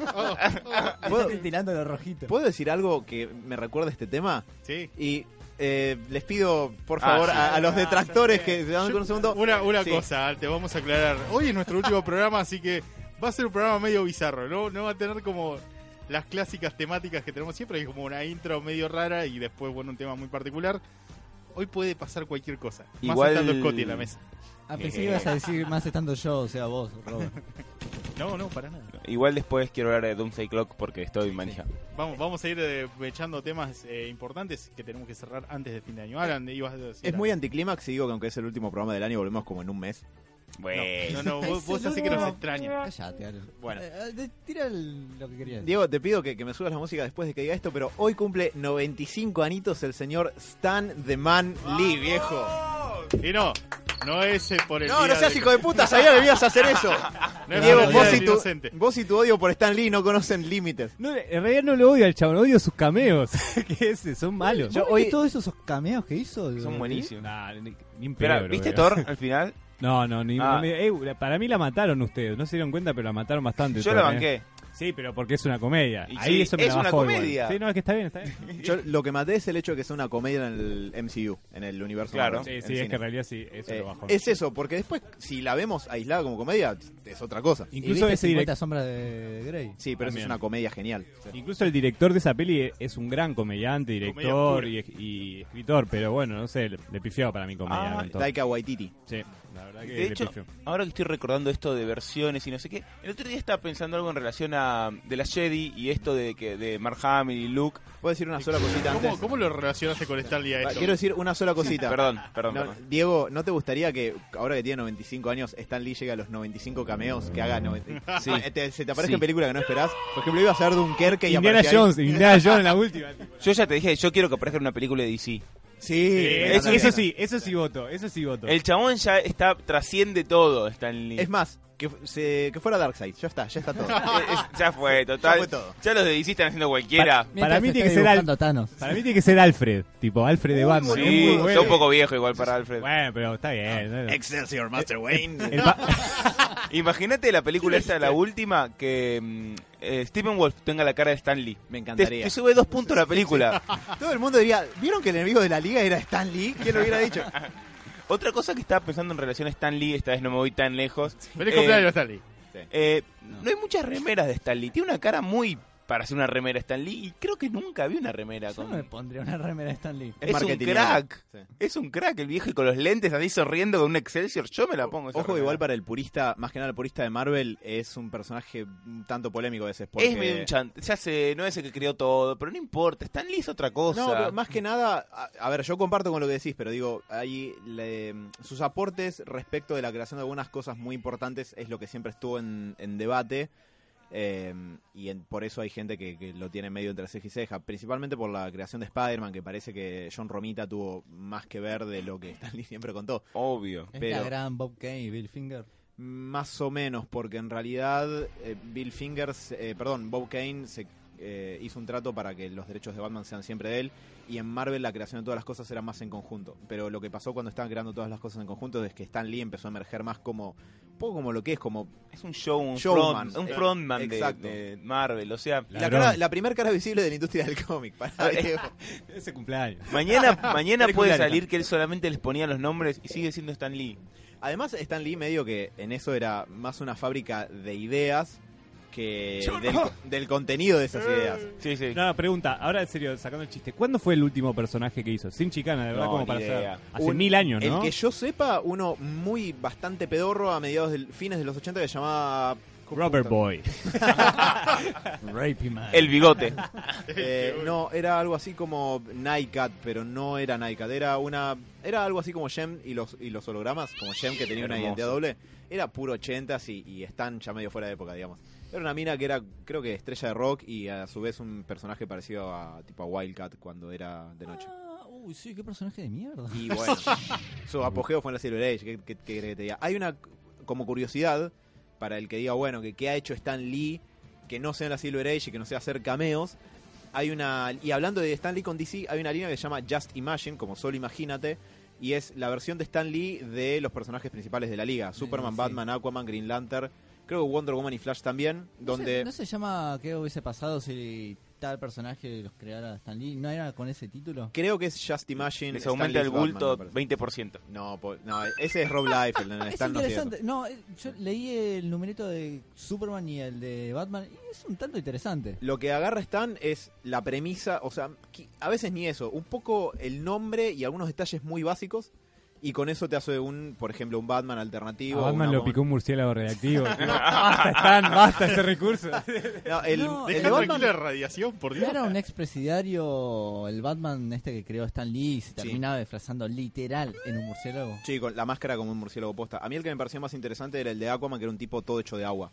Speaker 1: ¿Puedo,
Speaker 3: tirando lo rojito.
Speaker 1: puedo decir algo que me recuerda a este tema?
Speaker 2: Sí.
Speaker 1: Y eh, les pido, por
Speaker 4: Ah,
Speaker 1: favor,
Speaker 4: sí.
Speaker 1: a, a los
Speaker 2: Ah,
Speaker 1: detractores
Speaker 2: ya sé.
Speaker 1: que se dan
Speaker 2: Yo-
Speaker 1: un segundo.
Speaker 2: Una, una
Speaker 1: Sí.
Speaker 2: cosa, te vamos a aclarar. Hoy es nuestro último programa, así que va a ser un programa medio bizarro, ¿no? No va a tener como las clásicas temáticas que tenemos siempre, que es como una intro medio rara y después, bueno, un tema muy particular. Hoy puede pasar cualquier cosa.
Speaker 4: Igual-
Speaker 2: Más estando Scotty en la mesa.
Speaker 3: A pensé que ibas a decir más estando yo, o sea vos, Robert.
Speaker 2: No, no, para nada.
Speaker 4: Igual después quiero hablar de Doomsday Clock porque estoy manija.
Speaker 2: Vamos, vamos a ir eh, echando temas eh, importantes que tenemos que cerrar antes de fin de año. Alan, ibas a decir
Speaker 1: Eh, Es muy
Speaker 2: algo.
Speaker 1: anticlimax y digo que aunque es el último programa del año, volvemos como en un mes.
Speaker 4: Bueno.
Speaker 2: No, no, no, vos, vos ya sé que nos extraña.
Speaker 3: Callate, Ale.
Speaker 1: Bueno.
Speaker 3: Eh, eh, tira el- lo que querías.
Speaker 1: Diego, te pido que, que me subas la música después de que diga esto, pero hoy cumple 95 anitos el señor Stan The Man Lee, viejo.
Speaker 2: Y no, no es eh, por el
Speaker 1: No, no
Speaker 2: día
Speaker 1: seas
Speaker 2: de-
Speaker 1: hijo de puta, sabía que me ibas a hacer eso.
Speaker 2: no es
Speaker 1: Diego,
Speaker 2: por el día
Speaker 1: vos
Speaker 2: del
Speaker 1: y, tu,
Speaker 2: inocente.
Speaker 1: vos y tu odio por Stan Lee no conocen límites.
Speaker 5: No, en realidad no lo odio al chabón, odio sus cameos. que ese, son malos.
Speaker 3: Yo,
Speaker 1: hoy-
Speaker 3: todos esos cameos que hizo?
Speaker 4: Son buenísimos.
Speaker 5: Nah, ni, ni en
Speaker 4: Espera,
Speaker 5: pedo,
Speaker 4: ¿viste
Speaker 5: bro.
Speaker 4: Thor al final?
Speaker 5: No, no, ni,
Speaker 4: Ah.
Speaker 5: ni- eh, la- para mí la mataron ustedes, no se dieron cuenta, pero la mataron bastante.
Speaker 4: Yo
Speaker 5: Thor,
Speaker 4: la
Speaker 5: eh.
Speaker 4: banqué.
Speaker 5: Sí, pero porque es una comedia.
Speaker 4: Y
Speaker 5: Ahí
Speaker 4: sí,
Speaker 5: eso me
Speaker 4: es
Speaker 5: la
Speaker 4: una
Speaker 5: bajó igual.
Speaker 4: comedia.
Speaker 5: Sí, no, es que está bien, está bien.
Speaker 1: Yo lo que maté es el hecho de que sea una comedia en el MCU, en el universo.
Speaker 4: Claro.
Speaker 1: Marvel,
Speaker 5: Sí,
Speaker 1: en
Speaker 5: sí, es
Speaker 1: cine.
Speaker 5: que en realidad sí, eso
Speaker 1: Eh,
Speaker 5: lo bajó.
Speaker 1: es eso, porque después, si la vemos aislada como comedia, es otra cosa.
Speaker 5: Incluso ese director.
Speaker 3: sombra de Grey.
Speaker 1: Sí, pero eso es
Speaker 5: También.
Speaker 1: una comedia genial.
Speaker 5: Incluso el director de esa peli e- es un gran comediante, director y,
Speaker 2: Comedia
Speaker 5: y escritor, pero bueno, no sé, le, le pifió para mi comedia.
Speaker 4: Ah,
Speaker 5: ¿no? Entonces,
Speaker 1: Taika Waititi.
Speaker 5: sí, la verdad que
Speaker 4: De
Speaker 5: le
Speaker 4: hecho,
Speaker 5: pifió.
Speaker 4: ahora que estoy recordando esto de versiones y no sé qué, el otro día estaba pensando algo en relación a de la Jedi y esto de que de Mark Hamill y Luke.
Speaker 1: ¿Puedo decir una sola cosita antes?
Speaker 2: ¿Cómo, ¿Cómo lo relacionaste con Stanley a
Speaker 1: Ah,
Speaker 2: esto?
Speaker 1: Quiero decir una sola cosita.
Speaker 4: Perdón, perdón.
Speaker 1: No,
Speaker 4: perdón.
Speaker 1: Diego, ¿no te gustaría que ahora que tiene 95 años, Stan Lee llegue a los 95 cameos? Que haga 90.
Speaker 4: Sí.
Speaker 1: Eh, te- se te aparece
Speaker 4: Sí.
Speaker 1: en película que no esperás. Por ejemplo, iba a ser Dunkerque y
Speaker 5: Indiana
Speaker 1: aparecía ahí.
Speaker 5: Jones, Indiana Jones en la última. tipo.
Speaker 4: Yo ya te dije, yo quiero que aparezca en una película de DC.
Speaker 1: Sí,
Speaker 5: Eh,
Speaker 4: eso-
Speaker 1: no, no,
Speaker 5: eso
Speaker 1: no.
Speaker 5: sí, eso sí voto, eso sí voto.
Speaker 4: El chabón ya está trasciende todo, está en línea.
Speaker 1: Es más, que, fu- se- que fuera Darkseid. Ya está, ya está todo.
Speaker 4: ya fue, total.
Speaker 1: Ya fue todo.
Speaker 4: Ya los de DC están haciendo cualquiera.
Speaker 5: Para mí tiene que ser al-
Speaker 3: Thanos.
Speaker 5: Para mí tiene que ser Alfred, tipo Alfred
Speaker 1: Uh,
Speaker 5: de Batman.
Speaker 4: Sí,
Speaker 5: Es muy
Speaker 4: está
Speaker 5: bueno.
Speaker 4: un poco viejo igual para Alfred.
Speaker 5: Bueno, pero está bien. ¿no?
Speaker 1: Ah, Excelsior, Master Wayne.
Speaker 5: El pa-
Speaker 4: Imagínate la película esta, la última, que mm, eh, Stephen Wolf tenga la cara de Stan Lee.
Speaker 1: Me
Speaker 4: Te,
Speaker 1: encantaría.
Speaker 4: te sube dos puntos la película.
Speaker 1: Todo el mundo diría, ¿vieron que el enemigo de la liga era Stan Lee? ¿Quién lo hubiera dicho?
Speaker 4: Otra cosa que estaba pensando en relación a Stan Lee, esta vez no me voy tan lejos.
Speaker 2: Feliz
Speaker 4: Eh,
Speaker 2: cumpleaños, Stanley.
Speaker 4: eh, no. hay muchas remeras de Stan Lee. Tiene una cara muy para hacer una remera Stan Lee. Y creo que nunca vi una remera
Speaker 3: Yo
Speaker 4: con.
Speaker 3: no me pondría una remera de Stan Lee.
Speaker 4: Es un
Speaker 1: marketingiano.
Speaker 4: crack.
Speaker 1: Sí.
Speaker 4: Es un crack el viejo y con los lentes así sonriendo con un Excelsior. Yo me la pongo. esa
Speaker 1: Ojo,
Speaker 4: remera.
Speaker 1: igual para el purista, más que nada el purista de Marvel, es un personaje un tanto polémico a veces. Porque...
Speaker 4: Es medio un chant. Ya sé, no es el que creó todo, pero no importa. Stan Lee es otra cosa.
Speaker 1: No, pero más que nada, a, a ver, yo comparto con lo que decís, pero digo, ahí le- sus aportes respecto de la creación de algunas cosas muy importantes es lo que siempre estuvo en, en debate. eh, y en- por eso hay gente que, que lo tiene medio entre ceja y ceja, principalmente por la creación de Spider-Man, que parece que John Romita tuvo más que ver de lo que Stan Lee siempre contó.
Speaker 4: Obvio.
Speaker 3: Es
Speaker 1: Pero-
Speaker 3: la gran Bob Kane y Bill Finger.
Speaker 1: Más o menos, porque en realidad eh, Bill Fingers, eh, perdón, Bob Kane se eh, hizo un trato para que los derechos de Batman sean siempre de él y en Marvel la creación de todas las cosas era más en conjunto. Pero lo que pasó cuando estaban creando todas las cosas en conjunto es que Stan Lee empezó a emerger más como un poco como lo que es como
Speaker 4: Es un show, un,
Speaker 1: Showman.
Speaker 4: front- un
Speaker 1: Eh,
Speaker 4: frontman de,
Speaker 1: exacto.
Speaker 4: de Marvel. O sea,
Speaker 1: la,
Speaker 5: Ladrón.
Speaker 1: cara- la primera cara visible de la industria del cómic. Para Diego.
Speaker 5: Ese cumpleaños.
Speaker 4: mañana, mañana puede
Speaker 1: Peliculera.
Speaker 4: salir que él solamente les ponía los nombres y sigue siendo Stan Lee.
Speaker 1: Además Stan Lee medio que en eso era más una fábrica de ideas que del, del contenido de esas ideas.
Speaker 4: Sí, sí.
Speaker 5: No, pregunta, ahora en serio, sacando el chiste, ¿cuándo fue el último personaje que hizo? Sin chicana, de verdad,
Speaker 1: No,
Speaker 5: como
Speaker 1: ni
Speaker 5: para
Speaker 1: idea.
Speaker 5: hacer. Hace
Speaker 1: Un-
Speaker 5: mil años,
Speaker 1: El
Speaker 5: ¿no?
Speaker 1: que yo sepa, uno muy bastante pedorro a mediados del fines de los 80 que se llamaba
Speaker 5: Robert Boy.
Speaker 3: Rapey Man.
Speaker 4: El bigote.
Speaker 1: Eh, no, era algo así como Nightcat, pero no era Nightcat, era una era algo así como Gem y los y los hologramas, como Gem que tenía una
Speaker 4: Hermoso.
Speaker 1: identidad doble, era puro 80s y, y están ya medio fuera de época, digamos. Era una mina que era creo que estrella de rock y a su vez un personaje parecido a tipo a Wildcat cuando era de noche.
Speaker 3: Ah, uy, sí, qué personaje de mierda.
Speaker 1: Y bueno, su apogeo fue en la Silver Age. ¿Qué, qué- qué querés que te diga? Hay una, como curiosidad, para el que diga, bueno, que qué ha hecho Stan Lee que no sea en la Silver Age y que no sea hacer cameos. Hay una. Y hablando de Stan Lee con DC, hay una línea que se llama Just Imagine, como solo imagínate. Y es la versión de Stan Lee de los personajes principales de la liga: Superman,
Speaker 3: sí.
Speaker 1: Batman, Aquaman, Green Lantern. Creo que Wonder Woman y Flash también. Donde.
Speaker 3: ¿No se, no se llama qué hubiese pasado si tal personaje los creara Stan Lee? ¿No era con ese título?
Speaker 1: Creo que es Just Imagine.
Speaker 4: Les
Speaker 1: Stan
Speaker 4: aumenta
Speaker 1: Lee's
Speaker 4: el
Speaker 1: Batman,
Speaker 4: bulto
Speaker 1: me parece.
Speaker 4: 20%.
Speaker 1: No, po- no, ese es Rob Liefeld. no,
Speaker 3: es
Speaker 1: Stan no hacía eso.
Speaker 3: interesante. No, eh, yo leí el numerito de Superman y el de Batman y es un tanto interesante.
Speaker 1: Lo que agarra Stan es la premisa, o sea, qui- a veces ni eso, un poco el nombre y algunos detalles muy básicos y con eso te hace un, por ejemplo, un Batman alternativo.
Speaker 5: A Batman
Speaker 1: una
Speaker 5: lo
Speaker 1: mon-
Speaker 5: picó un murciélago reactivo. basta, Stan, basta ese recurso.
Speaker 1: No, el,
Speaker 3: No,
Speaker 1: el
Speaker 2: Deja
Speaker 1: de Batman,
Speaker 2: tranquila la radiación, por
Speaker 3: ¿No
Speaker 2: Dios.
Speaker 3: era un expresidiario el Batman este que creó Stan Lee y se terminaba disfrazando literal en un murciélago?
Speaker 1: sí, con la máscara como un murciélago posta. A mí el que me pareció más interesante era el de Aquaman, que era un tipo todo hecho de agua.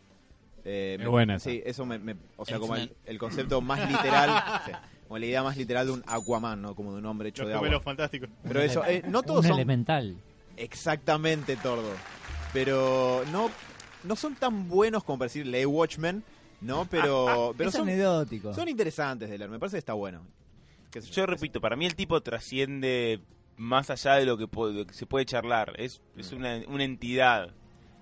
Speaker 1: Eh,
Speaker 5: Es
Speaker 1: me-
Speaker 5: buena esa.
Speaker 1: Sí, eso me, me- o sea,
Speaker 3: Es
Speaker 1: como
Speaker 3: una-
Speaker 1: el, el concepto más literal, sí, como la idea más literal de un Aquaman, ¿no? Como de un hombre hecho
Speaker 2: Los
Speaker 1: de agua.
Speaker 2: gemelos fantásticos.
Speaker 1: Pero eso, eh, no todos
Speaker 6: un
Speaker 1: son
Speaker 6: elemental.
Speaker 1: Exactamente, Tordo. Pero no, no son tan buenos como para decir Ley Watchmen, ¿no? Pero, pero
Speaker 3: Ah, es
Speaker 1: son,
Speaker 3: anecdótico.
Speaker 1: son interesantes de leer. Me parece que está bueno. Qué sé
Speaker 4: Yo repito, para mí el tipo trasciende más allá de lo que, po- de que se puede charlar. Es, es
Speaker 1: Mm.
Speaker 4: una, una entidad.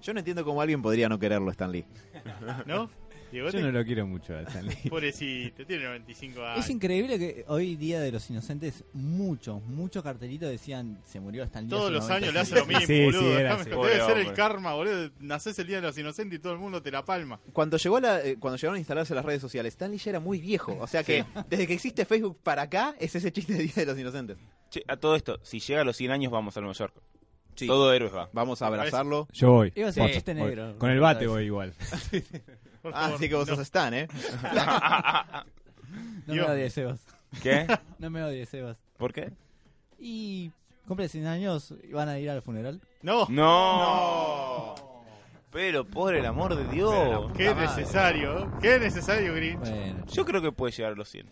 Speaker 1: Yo no entiendo cómo alguien podría no quererlo, Stan Lee.
Speaker 2: ¿No? Diego,
Speaker 5: Yo no lo quiero mucho a Stan Lee.
Speaker 2: pobrecito, tiene 95 años.
Speaker 3: Es increíble que hoy día de los inocentes muchos, muchos cartelitos decían se murió Stan Lee.
Speaker 2: Todos
Speaker 3: hace
Speaker 2: los
Speaker 3: 90
Speaker 2: años le hace lo
Speaker 3: años".
Speaker 2: mismo,
Speaker 5: Sí,
Speaker 2: boludo.
Speaker 5: sí, era
Speaker 2: Déjame
Speaker 5: así.
Speaker 2: joder. Debe
Speaker 4: Pobre
Speaker 2: ser el
Speaker 4: hombre.
Speaker 2: karma, boludo. Nacés el día de los inocentes y todo el mundo te la palma.
Speaker 1: Cuando, llegó la, eh, cuando llegaron a instalarse las redes sociales, Stan Lee ya era muy viejo. O sea que desde que existe Facebook para acá, es ese chiste de Día de los Inocentes.
Speaker 4: Che, a todo esto, si llega a los 100 años vamos a Nueva York.
Speaker 1: Sí.
Speaker 4: Todo héroes va.
Speaker 1: Vamos a abrazarlo.
Speaker 5: Yo voy.
Speaker 3: Iba a ser
Speaker 5: Voy,
Speaker 3: chiste
Speaker 5: voy.
Speaker 3: negro.
Speaker 5: Con el bate voy igual.
Speaker 2: Por
Speaker 1: Ah,
Speaker 2: favor,
Speaker 1: así que vos
Speaker 2: no.
Speaker 1: sos Stan, ¿eh?
Speaker 3: No me
Speaker 2: Dios.
Speaker 3: odies, Sebas.
Speaker 4: ¿Qué?
Speaker 3: No me odies, Sebas.
Speaker 4: ¿Por qué?
Speaker 3: Y cumple 100 años y van a ir al funeral.
Speaker 2: No.
Speaker 4: No. Pero por el amor de Dios.
Speaker 2: Qué necesario, ¿eh? qué necesario, Grinch.
Speaker 3: Bueno,
Speaker 4: Yo creo que puede llegar a los 100.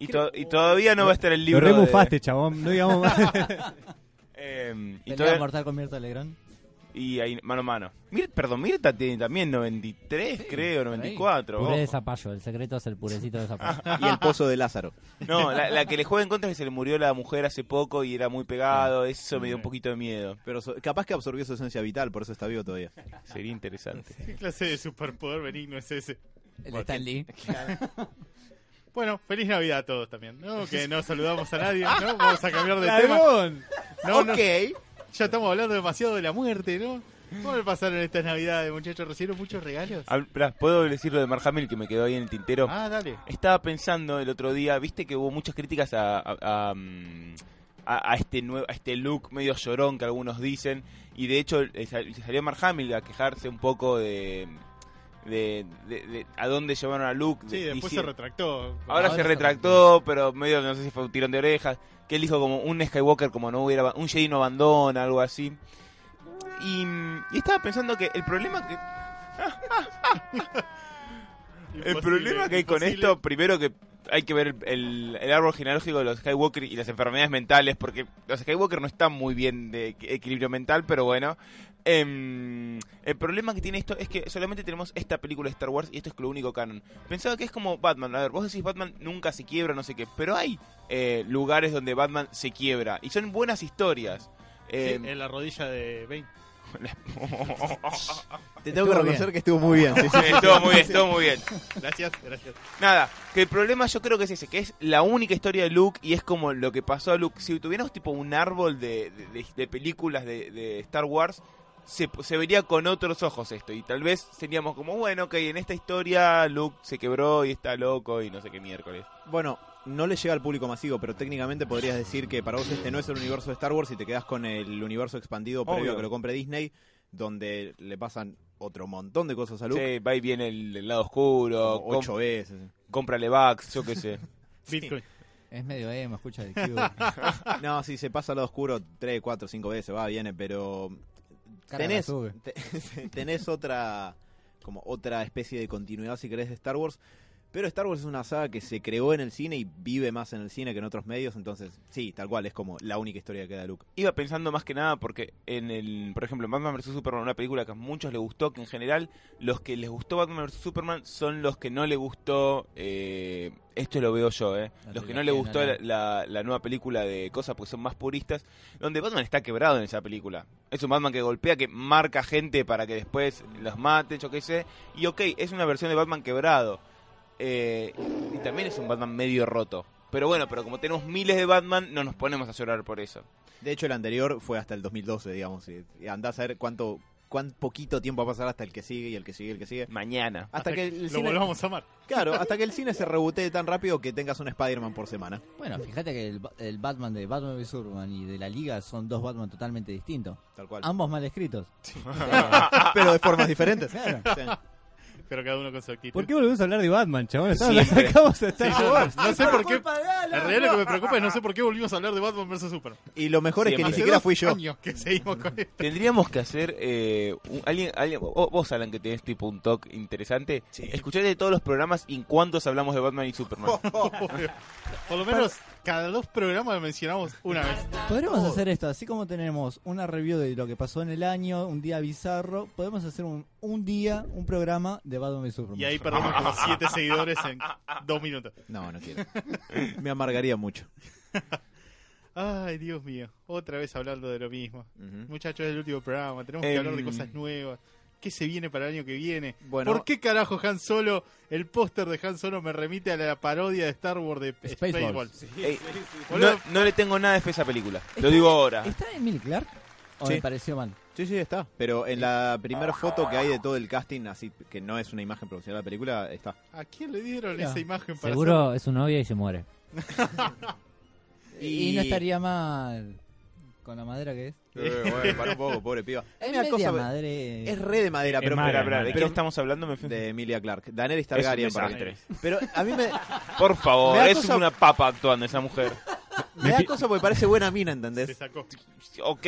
Speaker 4: Y, to- y todavía no va a estar el
Speaker 5: Lo
Speaker 4: libro.
Speaker 5: remufaste, chabón. No digamos más.
Speaker 4: de- Em, y,
Speaker 3: pelea
Speaker 4: todavía-
Speaker 3: mortal con Mirta Legrand.
Speaker 4: y ahí mano a mano. Mir- perdón, Mirta tiene también 93, creo, 94.
Speaker 6: Puré de
Speaker 4: ojo.
Speaker 6: zapallo, el secreto es el purecito de zapallo.
Speaker 1: Y el pozo de Lázaro.
Speaker 4: No, la, la que le juega en contra es que se le murió la mujer hace poco y era muy pegado. Eso me dio un poquito de miedo.
Speaker 1: Pero so- capaz que absorbió su esencia vital, por eso está vivo todavía.
Speaker 4: Sería interesante.
Speaker 2: ¿Qué clase de superpoder benigno es ese?
Speaker 3: El de Stan Lee.
Speaker 2: Bueno, feliz Navidad a todos también. No, que no saludamos a nadie, ¿no? Vamos a cambiar de tema.
Speaker 5: ¡Ladrón!
Speaker 2: No, no,
Speaker 1: ok.
Speaker 2: ya estamos hablando demasiado de la muerte, ¿no? ¿Cómo le pasaron estas navidades, muchachos? ¿Recibieron muchos regalos?
Speaker 4: Hab- pará, ¿Puedo decir lo de Mark Hamill que me quedó ahí en el tintero?
Speaker 2: Ah, dale.
Speaker 4: Estaba pensando el otro día, viste que hubo muchas críticas a, a- a, mm, a- a este nuevo, a este look medio llorón que algunos dicen. Y de hecho eh, sal- salió Mark Hamill a quejarse un poco de, de, de- de a dónde llevaron a Luke.
Speaker 2: Sí,
Speaker 4: de-
Speaker 2: después
Speaker 4: dici-
Speaker 2: se retractó. Ah,
Speaker 4: Ahora se retractó, pero medio que no sé si fue un tirón de orejas. Que él dijo como un Skywalker, como no hubiera. Un Jedi no abandona, algo así. Y, mm, y estaba pensando que el problema que el
Speaker 2: Imposible,
Speaker 4: problema que hay con
Speaker 2: imposible.
Speaker 4: esto, primero que hay que ver el, el árbol genealógico de los Skywalker y las enfermedades mentales, porque los Skywalker no están muy bien de equ- equilibrio mental, pero bueno. Em, el problema que tiene esto es que solamente tenemos esta película de Star Wars y esto es lo único canon. Pensaba que es como Batman. A ver, vos decís Batman nunca se quiebra, no sé qué, pero hay eh, lugares donde Batman se quiebra y son buenas historias.
Speaker 2: Sí,
Speaker 4: Em,
Speaker 2: en la rodilla de Bane.
Speaker 1: Te tengo que
Speaker 3: Estuvo
Speaker 1: reconocer
Speaker 3: bien.
Speaker 1: que estuvo muy bien. sí, sí.
Speaker 4: estuvo muy bien, estuvo muy bien.
Speaker 2: Gracias, gracias.
Speaker 4: Nada, que el problema yo creo que es ese, que es la única historia de Luke y es como lo que pasó a Luke. Si tuviéramos tipo un árbol de, de- de- de películas de, de Star Wars, se, se vería con otros ojos esto. Y tal vez seríamos como, bueno, ok, en esta historia Luke se quebró y está loco y no sé qué miércoles.
Speaker 1: Bueno, no le llega al público masivo, pero técnicamente podrías decir que para vos este no es el universo de Star Wars y te quedás con el universo expandido previo
Speaker 4: Obvio.
Speaker 1: a que lo compre Disney, donde le pasan otro montón de cosas a Luke.
Speaker 4: Sí, va y viene el, el lado oscuro,
Speaker 1: como ocho
Speaker 4: com-
Speaker 1: veces.
Speaker 4: cómprale Vax, yo qué sé.
Speaker 2: Bitcoin.
Speaker 3: Es medio emo, escucha de
Speaker 4: Ah.
Speaker 1: No, sí, se pasa al lado oscuro tres, cuatro, cinco veces, va, viene, pero tenés, te- tenés otra como otra especie de continuidad si querés de Star Wars. Pero Star Wars es una saga que se creó en el cine y vive más en el cine que en otros medios, entonces sí, tal cual, es como la única historia que queda de Luke.
Speaker 4: iba pensando más que nada porque en el, por ejemplo, Batman vs Superman, una película que a muchos les gustó, que en general los que les gustó Batman vs Superman son los que no les gustó, eh, esto lo veo yo,
Speaker 3: La
Speaker 4: eh, los que
Speaker 3: trilogía
Speaker 4: no les
Speaker 3: de
Speaker 4: gustó la,
Speaker 3: Nolan.
Speaker 4: la- la nueva película de cosas porque son más puristas, donde Batman está quebrado en esa película. Es un Batman que golpea, que marca gente para que después los maten, yo qué sé, y ok, es una versión de Batman quebrado. Eh, y también es un Batman medio roto. Pero bueno, pero como tenemos miles de Batman, no nos ponemos a llorar por eso.
Speaker 1: De hecho, el anterior fue hasta el 2012, digamos, y, y andás a ver cuánto cuán poquito tiempo va a pasar hasta el que sigue y el que sigue y el que sigue.
Speaker 4: Mañana.
Speaker 1: Hasta que el
Speaker 2: Lo
Speaker 1: cine,
Speaker 2: volvamos a amar.
Speaker 1: claro, hasta que el cine se rebotee tan rápido que tengas un Spider-Man por semana.
Speaker 3: Bueno, fíjate que el, ba- el Batman de Batman vs Superman y de la Liga son dos Batman totalmente distintos.
Speaker 1: Tal cual.
Speaker 3: Ambos mal escritos.
Speaker 1: Pero de formas diferentes.
Speaker 3: Claro.
Speaker 1: Sí.
Speaker 2: Pero cada uno con su actitud.
Speaker 5: ¿Por qué volvemos a hablar de Batman, chabón? Estamos
Speaker 4: Siempre.
Speaker 5: sacamos
Speaker 2: Sí,
Speaker 5: a Star
Speaker 2: yo-
Speaker 5: Wars.
Speaker 2: no sé por qué. En realidad lo que me preocupa es no sé por qué volvimos a hablar de Batman vs Superman.
Speaker 1: Y lo mejor es que
Speaker 4: Siempre.
Speaker 1: ni
Speaker 2: Hace
Speaker 1: siquiera
Speaker 2: dos
Speaker 1: fui yo.
Speaker 2: años que seguimos con esto.
Speaker 4: Tendríamos que hacer eh, un- alguien, alguien vos vos, Alan que tenés tipo un talk interesante. Escuchate de todos los programas y en cuántos hablamos de Batman y Superman.
Speaker 2: Por lo menos cada dos programas mencionamos una vez.
Speaker 3: Podríamos hacer esto, así como tenemos una review de lo que pasó en el año, un día bizarro, podemos hacer un, un día, un programa de Batman vs Superman.
Speaker 2: Y ahí perdemos como siete seguidores en dos minutos.
Speaker 1: No, no quiero. Me amargaría mucho.
Speaker 2: Ay, Dios mío. Otra vez hablando de lo mismo.
Speaker 1: Ujú.
Speaker 2: Muchachos, es el último programa. Tenemos que
Speaker 4: Em.
Speaker 2: hablar de cosas nuevas. ¿Qué se viene para el año que viene?
Speaker 1: Bueno.
Speaker 2: ¿Por qué carajo Han Solo, el póster de Han Solo me remite a la parodia de Star Wars de
Speaker 3: Spaceballs.
Speaker 2: Spaceball?
Speaker 4: Ey, no,
Speaker 2: Boludo,
Speaker 4: no le tengo nada de fe a esa película. Lo digo ahora.
Speaker 3: ¿Está Emil Clark? ¿O
Speaker 1: Sí.
Speaker 3: me pareció mal?
Speaker 1: Sí, sí, está. Pero en la primera foto que hay de todo el casting, así que no es una imagen profesional de la película, está.
Speaker 2: ¿A quién le dieron
Speaker 3: Mira,
Speaker 2: esa imagen para hacer-
Speaker 6: Seguro es su novia y se muere.
Speaker 3: Y... no estaría mal con la madera que es.
Speaker 1: Eh, bueno, para un poco, pobre piba.
Speaker 3: Es
Speaker 1: Una
Speaker 3: media
Speaker 1: cosa-
Speaker 3: madre.
Speaker 1: Es re de madera, pero,
Speaker 4: Espera,
Speaker 5: madre,
Speaker 4: espera, ¿de
Speaker 5: madre.
Speaker 4: quién estamos hablando? Me fui-
Speaker 1: de Emilia Clark. Daenerys
Speaker 4: Es un
Speaker 1: Targaryen, para mí.
Speaker 4: desastre.
Speaker 1: Pero a mí me,
Speaker 4: Por favor,
Speaker 1: Me da
Speaker 4: es
Speaker 1: cosa-
Speaker 4: una papa actuando esa mujer.
Speaker 1: me da cosa porque parece buena mina, ¿entendés?
Speaker 2: Se sacó.
Speaker 4: Ok,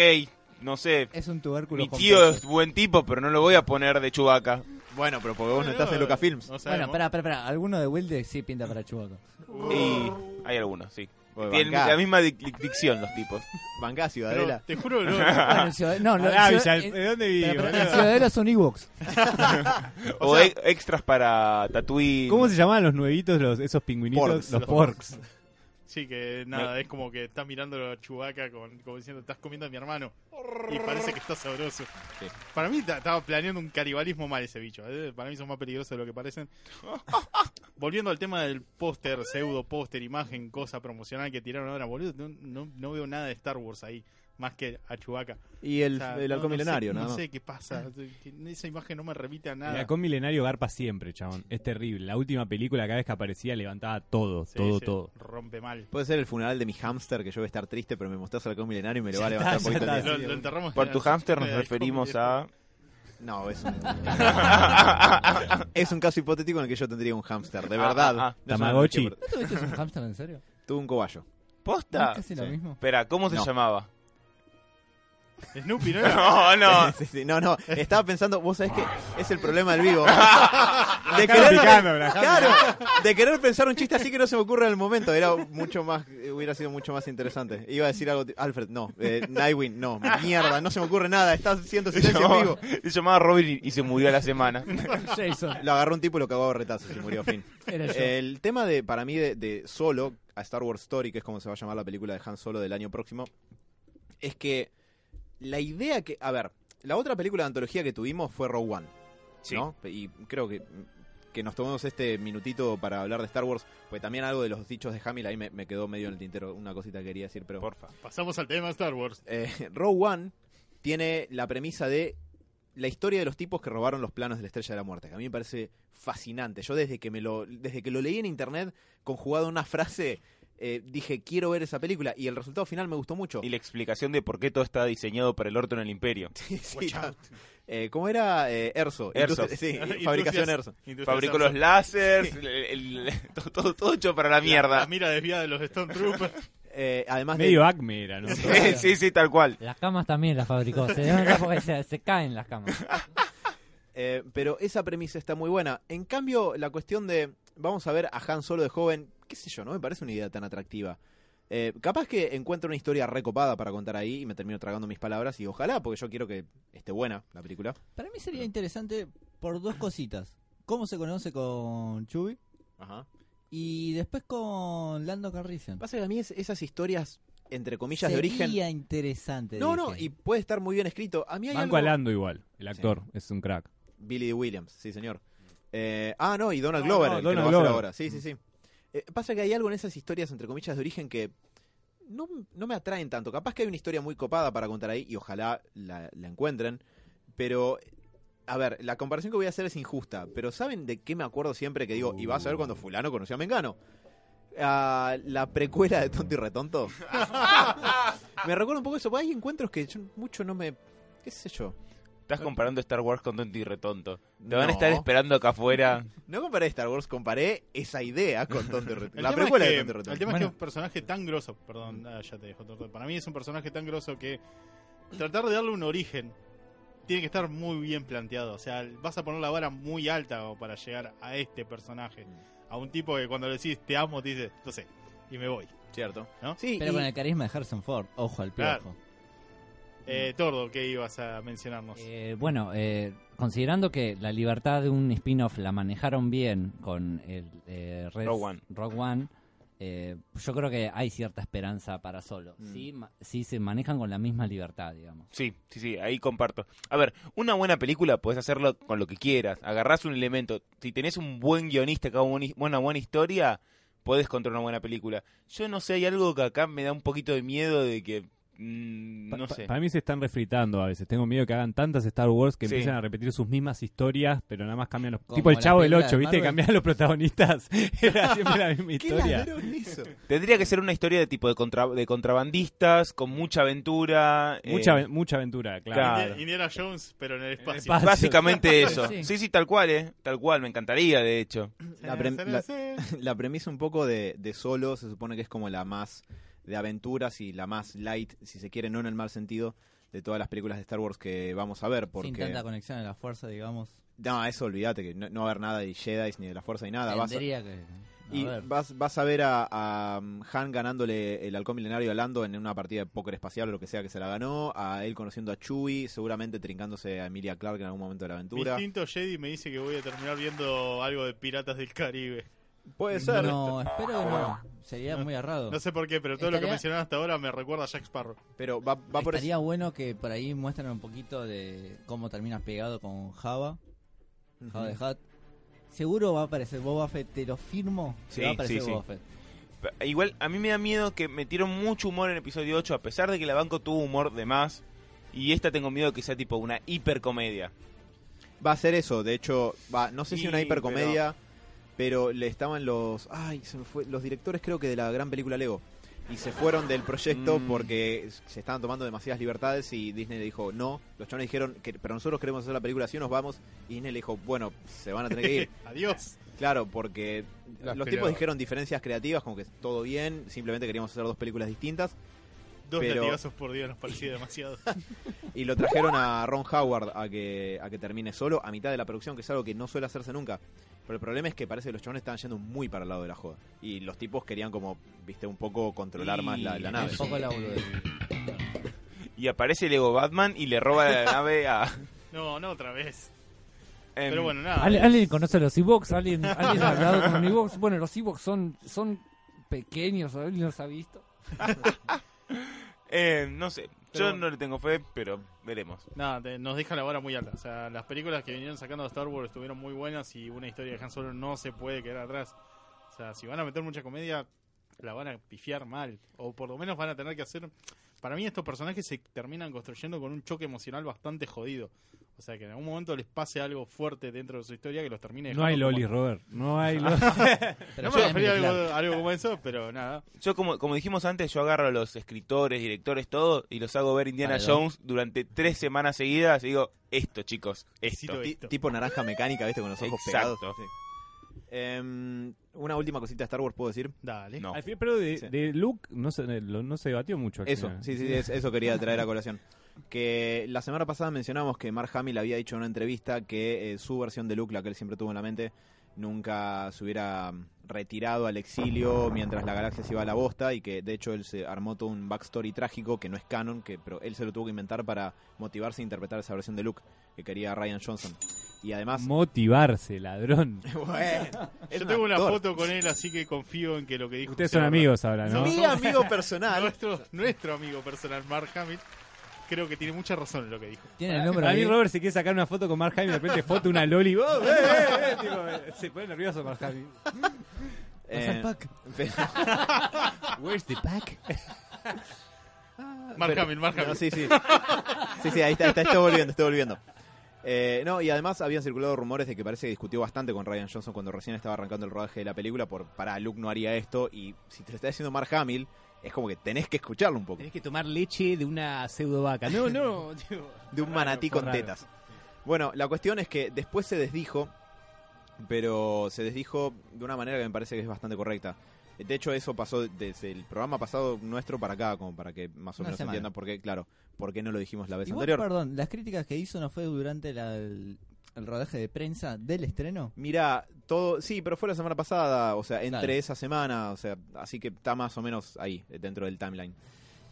Speaker 4: no sé.
Speaker 3: Es un tubérculo
Speaker 4: Mi
Speaker 3: con
Speaker 4: tío
Speaker 3: pecho.
Speaker 4: es buen tipo, pero no lo voy a poner de chubaca.
Speaker 1: Bueno, pero porque vos no estás en Lucasfilms.
Speaker 2: No sabemos.
Speaker 3: Bueno, pará, pará, pará. Alguno de Wilde sí pinta para Chubaco.
Speaker 4: Y hay algunos, sí.
Speaker 1: Bueno,
Speaker 4: Tienen
Speaker 1: bancá.
Speaker 4: la misma dic- dic- dicción los tipos.
Speaker 1: Bancá,
Speaker 2: Pero
Speaker 1: Ciudadela.
Speaker 2: te juro que no.
Speaker 3: Bueno, el Ciudad- no, lo-
Speaker 5: Pará,
Speaker 6: ah,
Speaker 3: el
Speaker 5: Villa,
Speaker 3: Ciudad-
Speaker 5: ¿de
Speaker 3: el-
Speaker 5: dónde viví?
Speaker 3: pará, pará, el
Speaker 5: boludo?
Speaker 3: Ciudadela son Ewoks.
Speaker 4: O, e- extras para Tatooine.
Speaker 5: ¿Cómo se llamaban los nuevitos, los, esos pingüinitos?
Speaker 1: Porks.
Speaker 5: los
Speaker 2: Los
Speaker 5: porks.
Speaker 2: Sí, que nada, es como que estás mirando a Chubaca con, como diciendo, estás comiendo a mi hermano. Y parece que está sabroso. Para mí ta- estaba planeando un canibalismo mal ese bicho. eh, Para mí son más peligrosos de lo que parecen. Volviendo al tema del póster, pseudo póster, imagen, cosa promocional que tiraron ahora, boludo, no, no, no veo nada de Star Wars ahí. más que a Chewbacca.
Speaker 1: Y el,
Speaker 2: O sea,
Speaker 1: el
Speaker 2: no-
Speaker 1: halcón
Speaker 2: no sé-
Speaker 1: milenario,
Speaker 2: no
Speaker 1: nada más.
Speaker 2: sé qué pasa. que Esa imagen no me remite a
Speaker 5: El
Speaker 2: nada.
Speaker 5: halcón milenario garpa siempre, chabón. Es terrible. La última película, cada vez que aparecía, levantaba todo,
Speaker 2: Sí,
Speaker 5: todo,
Speaker 2: sí,
Speaker 5: todo.
Speaker 2: Rompe mal.
Speaker 1: Puede ser el funeral de mi hámster, que yo voy a estar triste, pero me mostrás el halcón milenario y me lo va a
Speaker 5: Ya
Speaker 1: levantar
Speaker 5: está,
Speaker 1: un
Speaker 5: ya
Speaker 1: poquito el
Speaker 5: está,
Speaker 1: día.
Speaker 2: Lo, lo enterramos
Speaker 4: Por
Speaker 2: en
Speaker 4: tu
Speaker 2: la-
Speaker 4: hámster nos
Speaker 2: en el
Speaker 4: referimos
Speaker 2: halcón
Speaker 4: a...
Speaker 1: No, es un... es un caso hipotético en el que yo tendría un hámster, de verdad.
Speaker 4: Ah, ah, ah.
Speaker 1: No es una
Speaker 5: Tamagotchi.
Speaker 1: analogía,
Speaker 3: ¿No tuviste un hámster en serio?
Speaker 1: pero- Tuve un cobayo.
Speaker 4: ¿Posta?
Speaker 3: Es casi lo
Speaker 1: sí.
Speaker 3: mismo.
Speaker 4: Espera, ¿cómo se
Speaker 1: No.
Speaker 4: llamaba?
Speaker 2: milenario. Snoopy, ¿no era?
Speaker 4: No, no.
Speaker 1: Sí, sí, no, no, estaba pensando, vos sabés que es el problema del vivo. De
Speaker 5: Dejalo picando, dejalo
Speaker 1: claro, de querer pensar un chiste así que no se me ocurre en el momento, era mucho más eh, hubiera sido mucho más interesante. Iba a decir algo, ti- Alfred, no, eh, Nightwing, no, mierda, no se me ocurre nada, está haciendo
Speaker 4: Se
Speaker 1: silencio en vivo.
Speaker 4: llamaba, se llamaba Robin y y se murió a la semana.
Speaker 6: Jason,
Speaker 1: Lo agarró un tipo y lo cagó a retazos y murió fin.
Speaker 6: era yo.
Speaker 1: El tema de, para mí, de, de Solo, a Star Wars Story, que es como se va a llamar la película de Han Solo del año próximo, es que la idea que. A ver, la otra película de antología que tuvimos fue Rogue One. ¿no? Y creo que, que nos tomemos este minutito para hablar de Star Wars, pues también algo de los dichos de Hamill, ahí me, me quedó medio en el tintero una cosita que quería decir, pero.
Speaker 4: Porfa.
Speaker 2: Pasamos al tema Star Wars.
Speaker 1: Eh, Rogue One tiene la premisa de la historia de los tipos que robaron los planos de la Estrella de la Muerte, que a mí me parece fascinante. Yo desde que me lo desde que lo leí en internet conjugado en una frase eh, dije quiero ver esa película y el resultado final me gustó mucho.
Speaker 4: Y la explicación de por qué todo está diseñado para el orto en el imperio.
Speaker 1: Sí, ta- eh, ¿Cómo era Eh, Erso?
Speaker 4: Erso.
Speaker 1: Entonces, sí, fabricación Erso.
Speaker 4: Fabricó los láseres, el- el- el- todo, todo- todo hecho para la
Speaker 2: La,
Speaker 4: mierda.
Speaker 2: mira desviada de los Stone Troopers.
Speaker 1: Eh,
Speaker 3: Ah,
Speaker 1: además de-
Speaker 5: Medio acme era, ¿no?
Speaker 4: Sí, sí, sí, tal cual.
Speaker 6: Las camas también las fabricó. Se, nota porque se- se caen las camas.
Speaker 1: Eh, pero esa premisa está muy buena. En cambio, la cuestión de vamos a ver a Han solo de joven, qué sé yo, no me parece una idea tan atractiva. Eh, capaz que encuentro una historia recopada para contar ahí y me termino tragando mis palabras y ojalá, porque yo quiero que esté buena la película.
Speaker 3: Para mí sería interesante por dos cositas. ¿Cómo se conoce con Chubby?
Speaker 1: Ajá.
Speaker 3: Y después con Lando Carrician.
Speaker 1: Pasa que a mí es- esas historias, entre comillas, de origen...
Speaker 3: Sería interesante.
Speaker 1: No, no,
Speaker 3: dije.
Speaker 1: y puede estar muy bien escrito. A mí hay
Speaker 5: Banco
Speaker 1: algo-
Speaker 5: alando igual. El actor es un crack.
Speaker 1: Billy Williams, sí, señor. Eh, ah, no, y Donald
Speaker 5: No,
Speaker 1: Glover,
Speaker 5: no,
Speaker 1: el que lo va
Speaker 5: Donald
Speaker 1: a hacer
Speaker 5: Glover.
Speaker 1: ahora. Sí, sí, sí. Eh, pasa que hay algo en esas historias, entre comillas, de origen que no, no me atraen tanto. Capaz que hay una historia muy copada para contar ahí y ojalá la, la encuentren. Pero, a ver, la comparación que voy a hacer es injusta. Pero ¿saben de qué me acuerdo siempre que digo, y vas a ver cuando fulano conoció a Mengano? A la precuela de Tonto y Retonto. me recuerda un poco eso. porque Hay encuentros que yo mucho no me... qué sé yo.
Speaker 4: Estás comparando Star Wars con Tonto y Retonto. Te van
Speaker 1: No.
Speaker 4: a estar esperando acá afuera.
Speaker 1: No comparé Star Wars, comparé esa idea con Tonto
Speaker 2: El
Speaker 1: La
Speaker 2: tema
Speaker 1: precuela
Speaker 2: es que,
Speaker 1: de Tonto
Speaker 2: El tema es que un personaje tan grosso, perdón, ah, ya te dejo todo. Para mí es un personaje tan grosso que tratar de darle un origen tiene que estar muy bien planteado. O sea, vas a poner la vara muy alta como para llegar a este personaje. A un tipo que cuando le decís te amo, te dice, no sé, y me voy.
Speaker 1: Cierto.
Speaker 2: ¿No?
Speaker 1: Sí,
Speaker 3: Pero
Speaker 1: y-
Speaker 3: con el carisma de Harrison Ford. Ojo al
Speaker 2: Claro.
Speaker 3: piojo.
Speaker 2: Eh, Tordo, ¿qué ibas a mencionarnos?
Speaker 6: Eh, bueno, eh, considerando que la libertad de un spin-off la manejaron bien con el eh, Res-
Speaker 4: Rogue One.
Speaker 6: Rogue One, eh, yo creo que hay cierta esperanza para solo.
Speaker 1: Mm.
Speaker 6: Sí, ma- sí se manejan con la misma libertad, digamos.
Speaker 4: Sí, sí, sí, ahí comparto. A ver, una buena película podés hacerlo con lo que quieras. Agarrás un elemento. Si tenés un buen guionista que haga una buena, buena historia, podés contar una buena película. Yo no sé, hay algo que acá me da un poquito de miedo de que. mm,
Speaker 5: Pa-
Speaker 4: no
Speaker 5: pa-
Speaker 4: sé.
Speaker 5: Para mí se están refritando a veces. Tengo miedo que hagan tantas Star Wars que
Speaker 4: Sí.
Speaker 5: empiezan a repetir sus mismas historias, pero nada más cambian los.
Speaker 3: Como
Speaker 5: Tipo el
Speaker 3: la
Speaker 5: chavo del
Speaker 3: película de
Speaker 5: 8, ¿viste?
Speaker 3: Marvel.
Speaker 5: Cambiaban los protagonistas. Era siempre la misma
Speaker 1: ¿Qué
Speaker 5: historia.
Speaker 1: ladrón eso?
Speaker 4: Tendría que ser una historia de tipo de, contra- de contrabandistas, con mucha aventura. eh,
Speaker 5: Mucha, aven- mucha aventura, claro.
Speaker 4: claro.
Speaker 2: Indi- Eh, Indiana Jones, pero en el espacio.
Speaker 5: espacio.
Speaker 4: Básicamente
Speaker 5: Ah,
Speaker 4: eso.
Speaker 6: Sí.
Speaker 4: Sí, sí, tal cual, ¿eh? Tal cual, me encantaría, de hecho.
Speaker 1: La prem- la- La premisa un poco de, de Solo se supone que es como la más de aventuras y la más light, si se quiere, no en el mal sentido, de todas las películas de Star Wars que vamos a ver. Porque...
Speaker 3: Sin tanta conexión a la fuerza, digamos.
Speaker 1: No, eso olvídate, que no, no va a haber nada de Jedi ni de Ah, la Fuerza ni nada. Vas a-
Speaker 3: Tendría que. a
Speaker 1: Y
Speaker 3: ver.
Speaker 1: vas, vas a ver a, a um, Han ganándole el halcón milenario a Lando en una partida de póker espacial o lo que sea que se la ganó, a él conociendo a Chewie, seguramente trincándose a Emilia Clark en algún momento de la aventura.
Speaker 2: Distinto Jedi me dice que voy a terminar viendo algo de Piratas del Caribe.
Speaker 1: Puede ser. Ah.
Speaker 3: No, espero que no. Sería muy
Speaker 6: Oh.
Speaker 3: errado.
Speaker 2: No sé por qué, pero todo lo que
Speaker 3: Estaría-
Speaker 2: mencionaron hasta ahora me recuerda a Jack Sparrow.
Speaker 1: Pero va, va por
Speaker 3: Estaría bueno que por ahí muestren un poquito de cómo terminas pegado con Java,
Speaker 1: ese-
Speaker 3: Java de Hat. Seguro va a aparecer Boba Fett, te lo firmo. que
Speaker 4: Sí,
Speaker 3: va a aparecer
Speaker 4: sí, sí.
Speaker 3: Boba Fett.
Speaker 4: Pe- Igual, a mí me da miedo que metieron mucho humor en episodio 8, a pesar de que la banco tuvo humor de más. Y esta tengo miedo que sea tipo una hipercomedia.
Speaker 1: Va a ser eso, de hecho, va, no sé si
Speaker 4: Sí,
Speaker 1: una hipercomedia, pero... le estaban los. Ay, se me fue. Los directores, creo que de la gran película Lego. Y se fueron del proyecto
Speaker 4: Mm.
Speaker 1: porque se estaban tomando demasiadas libertades y Disney le dijo no. Los chavales dijeron, que, pero nosotros queremos hacer la película así, nos vamos. Y Disney le dijo, bueno, se van a tener que ir.
Speaker 2: Adiós.
Speaker 1: Claro, porque
Speaker 7: Las
Speaker 1: los
Speaker 7: peleaba.
Speaker 1: tipos dijeron diferencias creativas, como que todo bien, simplemente queríamos hacer dos películas distintas.
Speaker 2: Dos
Speaker 1: Pero-
Speaker 2: latigazos por día nos parecía demasiado.
Speaker 1: Y lo trajeron a Ron Howard a que, a que termine solo a mitad de la producción, que es algo que no suele hacerse nunca. Pero el problema es que parece que los chavales estaban yendo muy para el lado de la joda. Y los tipos querían como, viste, un poco controlar más la, la nave.
Speaker 4: Un
Speaker 6: poco la boludez.
Speaker 4: Y aparece Lego Batman y le roba la nave a.
Speaker 2: No, no otra vez.
Speaker 4: em,
Speaker 2: Pero bueno, nada.
Speaker 6: ¿Alguien, alguien conoce los Ewoks? ¿Alguien, alguien ha hablado con Ewoks? Bueno, los Ewoks son, son pequeños, ¿alguien los ha visto?
Speaker 4: em, no sé,
Speaker 2: Pero
Speaker 4: yo
Speaker 2: bueno.
Speaker 4: no le tengo fe, pero veremos.
Speaker 2: Nada, te- nos deja la vara muy alta. O sea, las películas que vinieron sacando de Star Wars estuvieron muy buenas y una historia de Han Solo no se puede quedar atrás. O sea, si van a meter mucha comedia, la van a pifiar mal. O por lo menos van a tener que hacer... Para mí estos personajes se terminan construyendo con un choque emocional bastante jodido. O sea, que en algún momento les pase algo fuerte dentro de su historia que los termine...
Speaker 5: No hay
Speaker 2: dejando como-
Speaker 5: Loli, Robert. No hay Loli.
Speaker 3: Pero ya
Speaker 2: No me
Speaker 3: es
Speaker 2: refería a
Speaker 3: Emily Clark.
Speaker 2: algo, algo como eso, pero nada.
Speaker 4: Yo, como, como dijimos antes, yo agarro a los escritores, directores, todo, y los hago ver Indiana
Speaker 3: Paredón.
Speaker 4: Jones durante tres semanas seguidas. Y digo, esto, chicos, esto.
Speaker 2: Necesito
Speaker 1: Ti-
Speaker 2: esto.
Speaker 1: Tipo naranja mecánica, viste, con los ojos
Speaker 4: Exacto.
Speaker 1: pegados. Sí. Em, una última cosita de Star Wars, ¿puedo decir?
Speaker 2: Dale.
Speaker 4: No.
Speaker 5: Al fin, pero de,
Speaker 1: Sí.
Speaker 5: de Luke no se, lo- no se debatió mucho. al
Speaker 1: Eso,
Speaker 5: final.
Speaker 1: sí, sí, es- eso quería traer a colación. Que la semana pasada mencionamos que Mark Hamill había dicho en una entrevista que eh, su versión de Luke, la que él siempre tuvo en la mente, nunca se hubiera mm, retirado al exilio mientras la galaxia se iba a la bosta y que de hecho él se armó todo un backstory trágico que no es canon, que, pero él se lo tuvo que inventar para motivarse a interpretar esa versión de Luke que quería Ryan Johnson. Y además...
Speaker 5: Motivarse, ladrón.
Speaker 1: Bueno, es
Speaker 2: Yo
Speaker 1: un
Speaker 2: tengo una
Speaker 1: actor.
Speaker 2: foto con él, así que confío en que lo que dijo...
Speaker 5: Ustedes
Speaker 2: sea
Speaker 5: son
Speaker 2: verdad.
Speaker 5: amigos ahora, ¿no?
Speaker 1: Mi amigo
Speaker 4: Ah,
Speaker 1: personal.
Speaker 2: Nuestro, nuestro amigo personal, Mark Hamill, creo que tiene mucha razón en lo que dijo.
Speaker 3: Tiene el número
Speaker 5: A mí
Speaker 3: ahí.
Speaker 5: Robert se quiere sacar una foto con Mark Hamill, de repente foto una Loli. ¡Oh, eh, eh, eh! Tipo, eh, se pone nervioso Mark Hamill.
Speaker 3: Pasa el
Speaker 1: Eh,
Speaker 3: pack.
Speaker 1: pero-
Speaker 5: Where's the pack?
Speaker 2: Mark
Speaker 1: Pero-
Speaker 2: Hamill, Mark
Speaker 1: no,
Speaker 2: Hamill.
Speaker 1: sí, sí. Sí, sí, ahí está, está, está volviendo, está volviendo. Eh, no, y además habían circulado rumores de que parece que discutió bastante con Ryan Johnson cuando recién estaba arrancando el rodaje de la película por, para, Luke no haría esto, y si te lo está diciendo Mark Hamill, es como que tenés que escucharlo un poco.
Speaker 8: Tenés que tomar leche de una pseudo vaca. No, no. tío.
Speaker 1: De un manatí
Speaker 5: fue
Speaker 1: con
Speaker 5: raro.
Speaker 1: tetas. Bueno, la cuestión es que después se desdijo, pero se desdijo de una manera que me parece que es bastante correcta. De hecho, eso pasó desde el programa pasado nuestro para acá, como para que más o
Speaker 3: Una
Speaker 1: menos
Speaker 3: semana.
Speaker 1: entiendan por qué, claro, por qué no lo dijimos la vez
Speaker 3: Y vos,
Speaker 1: Pues anterior.
Speaker 3: perdón, las críticas que hizo no fue durante la- el, el rodaje de prensa del estreno.
Speaker 1: Mira, todo, sí, pero fue la semana pasada, o sea, entre
Speaker 3: Claro.
Speaker 1: esa semana, o sea, así que está más o menos ahí, eh, dentro del timeline.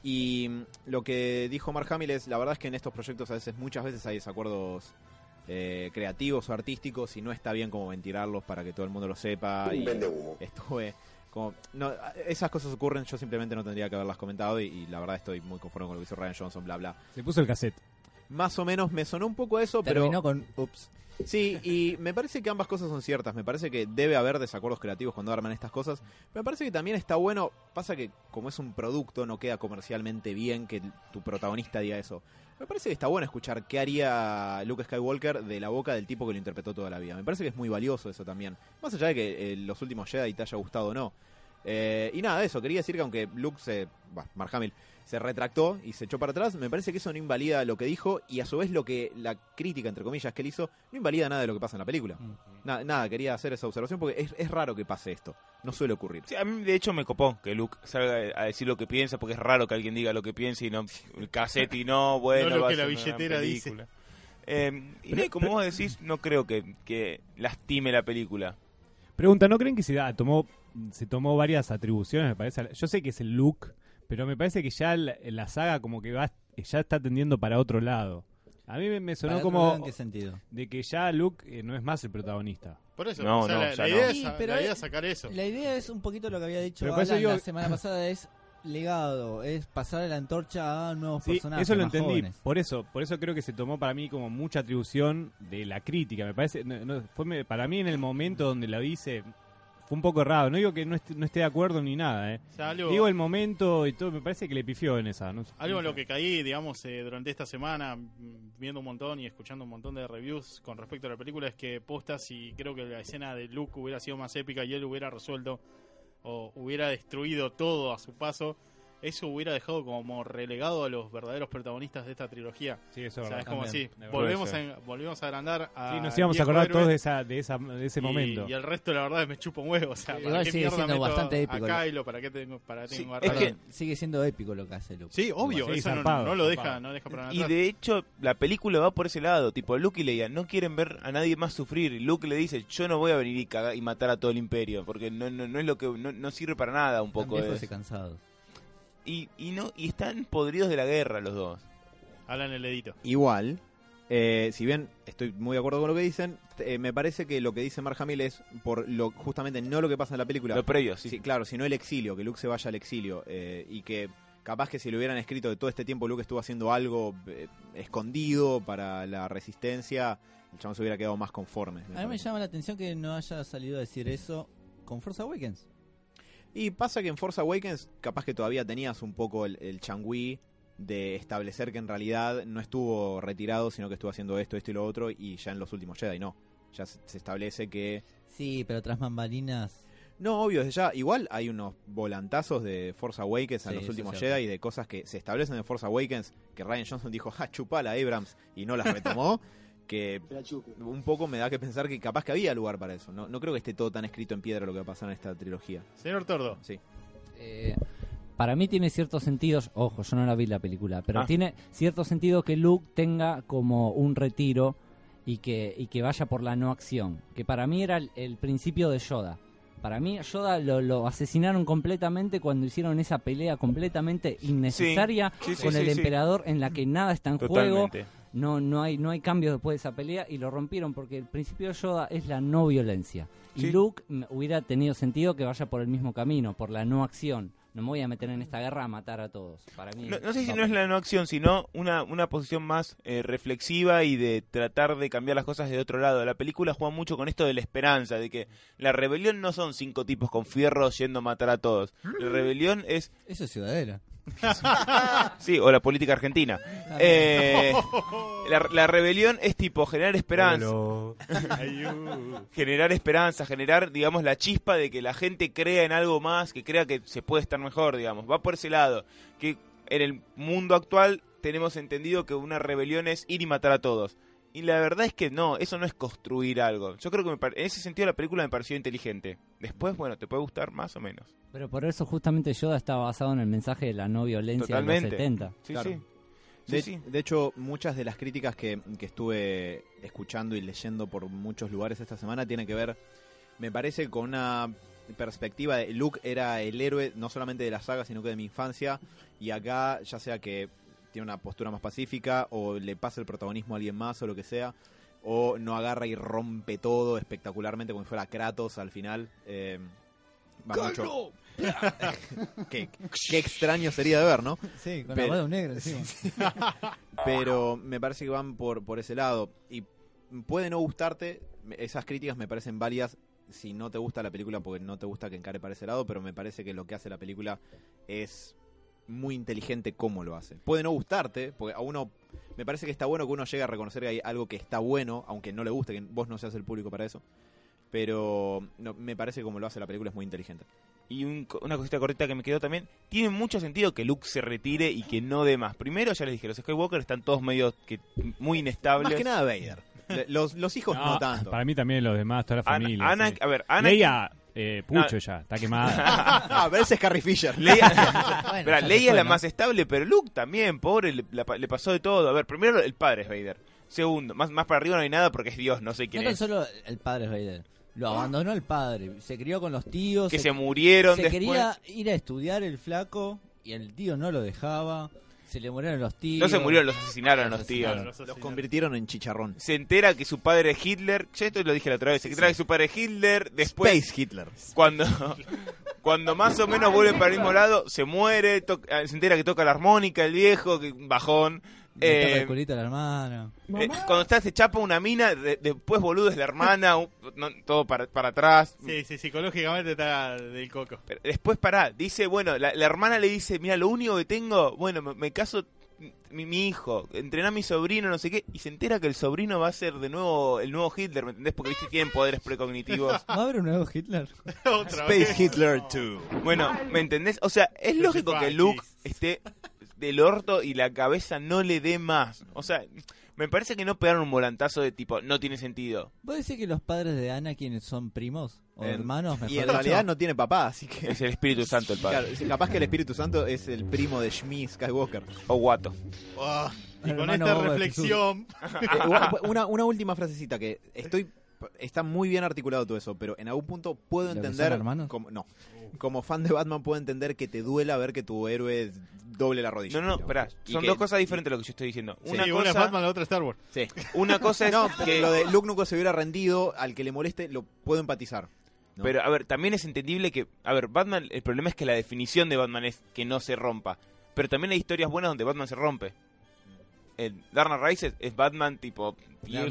Speaker 1: Y mm, lo que dijo Mark Hamill es, la verdad es que en estos proyectos a veces, muchas veces hay desacuerdos eh, creativos o artísticos y no está bien como ventilarlos para que todo el mundo lo sepa. Y estuve como, no, esas cosas ocurren, yo simplemente no tendría que haberlas comentado y, y la verdad estoy muy conforme con lo que hizo Ryan Johnson, bla, bla.
Speaker 5: Se puso el cassette.
Speaker 1: Más o menos me sonó un poco eso, pero...
Speaker 3: Terminó con ups.
Speaker 1: Sí, y me parece que ambas cosas son ciertas. Me parece que debe haber desacuerdos creativos cuando arman estas cosas. Pero me parece que también está bueno. Pasa que, como es un producto, no queda comercialmente bien que tu protagonista diga eso. Me parece que está bueno escuchar qué haría Luke Skywalker de la boca del tipo que lo interpretó toda la vida. Me parece que es muy valioso eso también. Más allá de que eh, los últimos Jedi te haya gustado o no. Eh, y nada, eso. Quería decir que aunque Luke se. Bah, Mark Hamill se retractó y se echó para atrás, me parece que eso no invalida lo que dijo y a su vez lo que la crítica, entre comillas, que él hizo, no invalida nada de lo que pasa en la película. Nada, nada, quería hacer esa observación porque es, es raro que pase esto. No suele ocurrir.
Speaker 4: Sí, a mí de hecho me copó que Luke salga a decir lo que piensa, porque es raro que alguien diga lo que piensa y no el cassette y no, bueno,
Speaker 2: No lo
Speaker 4: va a
Speaker 2: que la
Speaker 4: ser una gran
Speaker 2: billetera dice.
Speaker 4: película. Eh, y no, y como vos decís, no creo que, que lastime la película.
Speaker 5: Pregunta, ¿no creen que se, da- tomó, se tomó varias atribuciones? Me parece. Yo sé que es el look, pero me parece que ya la, la saga como que va, ya está tendiendo para otro lado. A mí me, me sonó
Speaker 3: Para otro lado, ¿En
Speaker 5: como
Speaker 3: qué sentido?
Speaker 5: de que ya Luke eh, no es más el protagonista.
Speaker 2: Por eso,
Speaker 4: No,
Speaker 2: o sea,
Speaker 4: no,
Speaker 2: la,
Speaker 4: ya
Speaker 2: la
Speaker 4: no.
Speaker 2: idea es,
Speaker 3: Sí,
Speaker 2: la
Speaker 3: pero
Speaker 2: idea
Speaker 3: es-
Speaker 2: es sacar eso.
Speaker 3: La idea es un poquito lo que había dicho
Speaker 5: Pero por eso
Speaker 3: Alan la
Speaker 5: digo-
Speaker 3: semana pasada, es legado, es pasar la antorcha a nuevos
Speaker 5: Sí,
Speaker 3: personajes.
Speaker 5: eso lo
Speaker 3: más
Speaker 5: entendí.
Speaker 3: jóvenes.
Speaker 5: Por eso, por eso creo que se tomó para mí como mucha atribución de la crítica. Me parece, no- no, fue me- para mí en el momento donde la vi se, fue un poco errado. No digo que no, est- no esté de acuerdo ni nada, ¿eh?
Speaker 2: O sea, algo,
Speaker 5: Digo el momento y todo, me parece que le pifió en esa. No sé.
Speaker 2: algo en lo que caí, digamos, eh, durante esta semana, mm, viendo un montón y escuchando un montón de reviews con respecto a la película, es que postas y creo que la escena de Luke hubiera sido más épica y él hubiera resuelto o hubiera destruido todo a su paso, eso hubiera dejado como relegado a los verdaderos protagonistas de esta trilogía.
Speaker 5: Sí, eso
Speaker 2: O
Speaker 5: es
Speaker 2: sea, es
Speaker 5: verdad.
Speaker 2: como
Speaker 3: también,
Speaker 2: si
Speaker 5: de verdad.
Speaker 2: volvemos
Speaker 5: Puede
Speaker 2: a, volvemos a agrandar a.
Speaker 5: Sí, nos íbamos a
Speaker 2: viejo
Speaker 5: acordar
Speaker 2: héroe
Speaker 5: todos de, esa, de, esa, de ese
Speaker 2: Ah, y-
Speaker 5: momento.
Speaker 2: Y el resto, la verdad, me chupa un huevo. O sea,
Speaker 3: Sí,
Speaker 2: ¿para
Speaker 3: igual
Speaker 2: qué
Speaker 3: sigue
Speaker 2: mierda
Speaker 3: siendo
Speaker 2: meto
Speaker 3: bastante épico,
Speaker 2: A
Speaker 3: lo-
Speaker 2: Kylo, ¿para qué tengo, para qué
Speaker 4: Sí,
Speaker 2: tengo a
Speaker 4: es
Speaker 2: Ray?
Speaker 4: que-
Speaker 3: Perdón, sigue siendo épico lo que hace Luke.
Speaker 2: Sí, obvio,
Speaker 5: Sí,
Speaker 2: eso no-
Speaker 5: zarpado,
Speaker 2: no, lo deja,
Speaker 5: zarpado.
Speaker 2: Ah, no deja para
Speaker 4: Y
Speaker 2: atrás.
Speaker 4: de hecho, la película va por ese lado. Tipo, Luke y Leia no quieren ver a nadie más sufrir. Y Luke le dice, yo no voy a venir y, cagar- y matar a todo el imperio. Porque no, no, no es lo que... No, no sirve para nada un
Speaker 3: Están
Speaker 4: poco.
Speaker 3: viejos
Speaker 4: eso.
Speaker 3: y cansados.
Speaker 4: Y, y, no, y están podridos de la guerra los dos.
Speaker 2: Hablan el dedito.
Speaker 1: Igual, eh, si bien estoy muy de acuerdo con lo que dicen, eh, me parece que lo que dice Mark Hamill es por lo justamente no lo que pasa en la película.
Speaker 4: Lo previo, sí.
Speaker 1: Sí, claro, sino el exilio, que Luke se vaya al exilio eh, y que capaz que si lo hubieran escrito de todo este tiempo Luke estuvo haciendo algo eh, escondido para la resistencia, el chabón se hubiera quedado más conforme. me
Speaker 3: A mí me
Speaker 1: parece.
Speaker 3: llama la atención que no haya salido a decir eso con Forza Awakens.
Speaker 1: Y pasa que en Force Awakens capaz que todavía tenías un poco el, el changüí de establecer que en realidad no estuvo retirado, sino que estuvo haciendo esto, esto y lo otro, y ya en los últimos Jedi no. Ya se, se establece que...
Speaker 3: Sí, pero tras bambalinas.
Speaker 1: No, obvio, desde ya igual hay unos volantazos de Force Awakens
Speaker 3: Sí,
Speaker 1: en los
Speaker 3: eso
Speaker 1: últimos
Speaker 3: es cierto.
Speaker 1: Jedi y de cosas que se establecen en Force Awakens que Ryan Johnson dijo, ja, chupala Abrams, y no las retomó, que un poco me da que pensar que capaz que había lugar para eso. No, no creo que esté todo tan escrito en piedra lo que va a pasar en esta trilogía.
Speaker 2: Señor Tordo,
Speaker 1: Sí.
Speaker 6: Eh, para mí tiene cierto sentido, ojo, yo no la vi la película, pero
Speaker 4: Ah.
Speaker 6: tiene cierto sentido que Luke tenga como un retiro y que, y que vaya por la no acción, que para mí era el, el principio de Yoda. Para mí Yoda lo, lo asesinaron completamente cuando hicieron esa pelea completamente innecesaria
Speaker 4: Sí, sí,
Speaker 6: con
Speaker 4: sí,
Speaker 6: el
Speaker 4: sí.
Speaker 6: emperador en la que nada está en juego,
Speaker 4: Totalmente.
Speaker 6: no, no hay, no hay cambios después de esa pelea y lo rompieron porque el principio de Yoda es la no violencia. Y
Speaker 4: Sí.
Speaker 6: Luke mm, hubiera tenido sentido que vaya por el mismo camino, por la no acción. No me voy a meter en esta guerra a matar a todos. Para mí.
Speaker 4: No, no sé si
Speaker 6: va
Speaker 4: no
Speaker 6: por-
Speaker 4: es la no acción, sino una, una posición más eh, reflexiva y de tratar de cambiar las cosas de otro lado. La película juega mucho con esto de la esperanza, de que la rebelión no son cinco tipos con fierros yendo a matar a todos. La rebelión es,
Speaker 3: Mm. Eso es Ciudadela.
Speaker 4: sí, o la política argentina. Eh, la, la rebelión es tipo generar esperanza,
Speaker 5: Pero-
Speaker 4: generar esperanza, generar, digamos, la chispa de que la gente crea en algo más, que crea que se puede estar mejor, digamos. Va por ese lado. Que en el mundo actual tenemos entendido que una rebelión es ir y matar a todos. Y la verdad es que no, eso no es construir algo. Yo creo que me par- en ese sentido la película me pareció inteligente. Después, bueno, te puede gustar más o menos.
Speaker 6: Pero por eso justamente Yoda está basado en el mensaje de la no violencia de
Speaker 4: Totalmente.
Speaker 6: los 70.
Speaker 4: Sí,
Speaker 1: Claro.
Speaker 4: sí. Sí,
Speaker 1: De,
Speaker 4: sí.
Speaker 1: de hecho, muchas de las críticas que, que estuve escuchando y leyendo por muchos lugares esta semana tienen que ver, me parece, con una perspectiva de Luke era el héroe no solamente de la saga, sino que de mi infancia, y acá ya sea que tiene una postura más pacífica o le pasa el protagonismo a alguien más o lo que sea, o no agarra y rompe todo espectacularmente como si fuera Kratos al final. eh, va mucho. qué, qué extraño sería de ver, ¿no?
Speaker 3: Sí, con
Speaker 1: Pero-
Speaker 3: la boda negra encima.
Speaker 1: pero me parece que van por, por ese lado. Y puede no gustarte, me- esas críticas me parecen válidas si no te gusta la película, porque no te gusta que encare para ese lado, pero me parece que lo que hace la película es muy inteligente cómo lo hace. Puede no gustarte, porque a uno me parece que está bueno que uno llegue a reconocer que hay algo que está bueno, aunque no le guste, que vos no seas el público para eso. Pero no, me parece que como lo hace la película es muy inteligente.
Speaker 4: Y un co- una cosita cortita que me quedó también. Tiene mucho sentido que Luke se retire y que no dé más. Primero, ya les dije, los Skywalker están todos medio que muy inestables.
Speaker 1: Más que nada Vader. Le- Los, los hijos no,
Speaker 5: No,
Speaker 1: tanto.
Speaker 5: Para mí también los demás, toda la
Speaker 4: Ana-
Speaker 5: familia.
Speaker 4: Ana-
Speaker 5: sí.
Speaker 4: a ver, Ana,
Speaker 5: Leia, eh, Pucho
Speaker 4: No.
Speaker 5: ya, está quemada.
Speaker 1: Ah, pero ese es Carrie Fisher.
Speaker 4: Leia,
Speaker 3: Bueno, ya
Speaker 4: Esperá,
Speaker 3: se
Speaker 4: Leia es
Speaker 3: fue,
Speaker 4: la
Speaker 3: ¿no?
Speaker 4: más estable, pero Luke también, pobre, le, la pa- le pasó de todo. A ver, primero el padre es Vader. Segundo, más, más para arriba no hay nada porque es Dios, no sé
Speaker 3: No
Speaker 4: quién
Speaker 3: tan
Speaker 4: es.
Speaker 3: solo el padre es Vader. Lo abandonó el padre. Se crió con los tíos.
Speaker 4: Que
Speaker 3: se
Speaker 4: se murieron
Speaker 3: se
Speaker 4: después.
Speaker 3: quería ir a estudiar el flaco y el tío no lo dejaba. Se le murieron los tíos.
Speaker 4: No se murieron, los asesinaron los tíos.
Speaker 2: Claro,
Speaker 1: Los convirtieron en chicharrón.
Speaker 4: Se entera que su padre es Hitler. Ya esto lo dije la otra vez. Se entera que su padre es Hitler. Después,
Speaker 1: Space Hitler.
Speaker 4: cuando cuando más o ah, menos vuelve para el mismo lado, se muere, to- eh, se entera que toca la armónica el viejo, que un
Speaker 3: Le
Speaker 4: bajón,
Speaker 3: toca
Speaker 4: Eh,
Speaker 3: el culito a la hermana.
Speaker 4: Eh, cuando estás se chapa una mina, de- después boludo es la hermana, un- no, todo para, para atrás.
Speaker 2: Sí, sí, psicológicamente está del coco.
Speaker 4: Pero después pará, dice, bueno, la, la hermana le dice, mira, lo único que tengo, bueno, me, me caso mi, mi hijo, entrená a mi sobrino, no sé qué, y se entera que el sobrino va a ser de nuevo el nuevo Hitler, ¿me entendés? Porque viste, tienen poderes precognitivos.
Speaker 3: ¿Va a haber un nuevo Hitler?
Speaker 2: Otra
Speaker 1: Space
Speaker 2: vez.
Speaker 1: Hitler 2.
Speaker 4: Bueno, ¿me entendés? O sea, es lógico que Luke esté del orto y la cabeza no le dé más. O sea, me parece que no pegaron un volantazo de tipo, no tiene sentido.
Speaker 3: ¿Vos decís que los padres de Ana quienes son primos o
Speaker 1: En-
Speaker 3: hermanos? Mejor
Speaker 1: Y en
Speaker 3: dicho?
Speaker 1: realidad no tiene papá, así que.
Speaker 4: Es el Espíritu Santo el padre.
Speaker 1: Claro, es- capaz que el Espíritu Santo es el primo de Shmi Skywalker. Eh,
Speaker 4: O guato.
Speaker 2: Ah, y
Speaker 3: El
Speaker 2: con
Speaker 3: hermano
Speaker 2: esta
Speaker 3: bobo de
Speaker 2: reflexión.
Speaker 1: Eh, u- una, una última frasecita que estoy. Está muy bien articulado todo eso, pero en algún punto puedo
Speaker 3: ¿Lo que son
Speaker 1: entender.
Speaker 3: hermanos?
Speaker 1: Como, no. Como fan de Batman, puedo entender que te duela ver que tu héroe doble la rodilla.
Speaker 4: No, no, no, pará.
Speaker 1: Y
Speaker 4: Son
Speaker 1: que-
Speaker 4: dos cosas diferentes lo que yo estoy diciendo.
Speaker 1: Sí.
Speaker 4: Una,
Speaker 2: Sí, una es
Speaker 4: cosa,
Speaker 2: Batman, la otra es Star Wars.
Speaker 1: Sí.
Speaker 4: una cosa es
Speaker 1: No,
Speaker 4: que...
Speaker 1: porque lo de Luke nunca se hubiera rendido, al que le moleste, lo puedo empatizar. ¿no?
Speaker 4: Pero, a ver, también es entendible que... A ver, Batman... El problema es que la definición de Batman es que no se rompa. Pero también hay historias buenas donde Batman se rompe. El Darna Rises es Batman tipo viejo...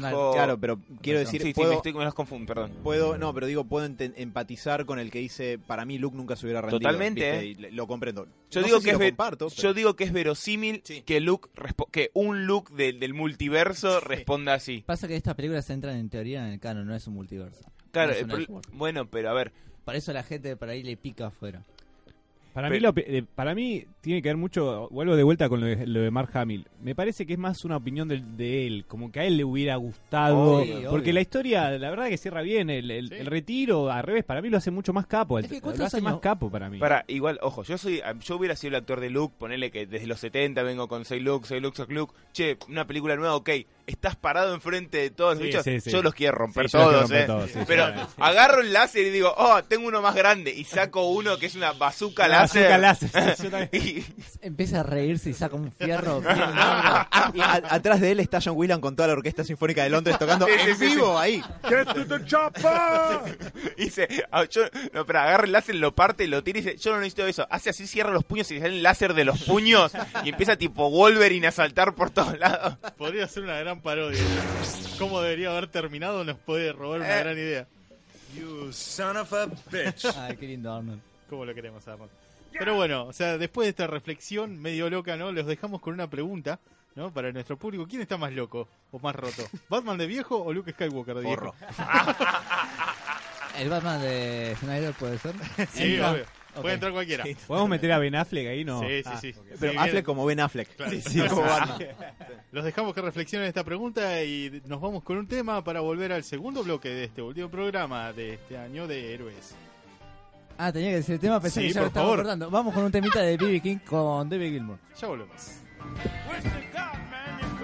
Speaker 3: Dark Knight,
Speaker 1: Claro, pero quiero
Speaker 4: Sí,
Speaker 1: decir,
Speaker 4: Oh. sí,
Speaker 1: puedo,
Speaker 4: me, estoy, me los confundo, perdón.
Speaker 1: puedo- no, pero digo, puedo enten- empatizar con el que dice, para mí Luke nunca se hubiera rendido.
Speaker 4: Totalmente,
Speaker 1: ¿viste?
Speaker 4: eh.
Speaker 1: Y le- lo comprendo.
Speaker 4: Yo
Speaker 1: No
Speaker 4: digo
Speaker 1: sé si
Speaker 4: que es
Speaker 1: lo
Speaker 4: ve-
Speaker 1: comparto, pero-
Speaker 4: Yo digo que es verosímil
Speaker 1: Sí.
Speaker 4: que Luke respo- que un Luke del- del multiverso responda así.
Speaker 3: Pasa que estas películas entran en teoría en el canon, no es un multiverso.
Speaker 4: Claro,
Speaker 3: No es
Speaker 4: el
Speaker 3: un
Speaker 4: pro-
Speaker 3: Elseworld.
Speaker 4: bueno, pero a ver,
Speaker 3: Para eso la gente por ahí le pica afuera.
Speaker 5: Para
Speaker 4: Pe-
Speaker 5: mí, lo pe- eh, para mí tiene que ver mucho, vuelvo de vuelta con lo de, lo de Mark Hamill. Me parece que es más una opinión del- de él, como que a él le hubiera gustado.
Speaker 3: Obvio,
Speaker 5: porque
Speaker 3: obvio.
Speaker 5: la historia, la verdad que cierra bien, el, el-
Speaker 2: Sí.
Speaker 5: el retiro, al revés, para mí lo hace mucho más capo. el-
Speaker 3: Es que ¿cuántos
Speaker 5: lo hace
Speaker 3: años-
Speaker 5: más capo para mí.
Speaker 4: Para, igual, ojo, yo soy yo hubiera sido el actor de Luke, ponele que desde los 70 vengo con Soy Luke, soy Luke, soy Luke. Che, una película nueva, ok. Estás parado enfrente de todos los
Speaker 5: Sí,
Speaker 4: bichos.
Speaker 5: sí, sí.
Speaker 4: Yo los quiero romper
Speaker 5: Sí, yo los
Speaker 4: todos,
Speaker 5: quiero romper
Speaker 4: eh.
Speaker 5: todos, sí,
Speaker 4: Pero
Speaker 5: sí,
Speaker 4: agarro el láser y digo, oh, tengo uno más grande. Y saco uno que es una bazooka
Speaker 5: Una
Speaker 4: láser.
Speaker 5: bazooka láser, sí, yo también.
Speaker 4: Y-
Speaker 3: Empieza a reírse y saca un fierro.
Speaker 1: Y a- atrás de él está John Whelan con toda la Orquesta Sinfónica de Londres tocando
Speaker 4: Sí, sí,
Speaker 1: en
Speaker 4: sí, sí.
Speaker 1: vivo ahí.
Speaker 4: y dice, ah, yo, no, pero agarra el láser, lo parte, lo tira y dice, yo no necesito eso. Hace así, cierra los puños y le sale el láser de los puños. Y empieza tipo Wolverine a saltar por todos lados.
Speaker 2: Podría ser una gran parodia. ¿Cómo debería haber terminado? Nos puede robar una
Speaker 4: Eh.
Speaker 2: gran idea.
Speaker 3: Ay, qué lindo Arnold.
Speaker 2: ¿Cómo lo queremos, Arnold? Pero bueno, o sea, después de esta reflexión medio loca, ¿no? Los dejamos con una pregunta, ¿no? Para nuestro público. ¿Quién está más loco o más roto? ¿Batman de viejo o Luke Skywalker de viejo?
Speaker 1: Porro.
Speaker 3: ¿El Batman de Snyder puede ser?
Speaker 2: Sí,
Speaker 3: Entra.
Speaker 2: obvio.
Speaker 3: Ok.
Speaker 2: Puede entrar cualquiera. Sí,
Speaker 5: ¿Podemos meter a Ben Affleck ahí? No.
Speaker 2: sí,
Speaker 5: Ah.
Speaker 2: sí.
Speaker 1: Pero
Speaker 2: Sí,
Speaker 1: Affleck
Speaker 2: bien.
Speaker 1: como Ben Affleck.
Speaker 2: Claro.
Speaker 1: Como Batman.
Speaker 2: Los dejamos que reflexionen esta pregunta y nos vamos con un tema para volver al segundo bloque de este último programa de este año de héroes.
Speaker 3: Ah, tenía que decir el tema, pensé
Speaker 2: Sí,
Speaker 3: que ya
Speaker 2: por
Speaker 3: lo estaba
Speaker 2: favor.
Speaker 3: acordando. Vamos con un temita de B.B. King con David Gilmour.
Speaker 2: Ya volvemos.
Speaker 7: Where's the God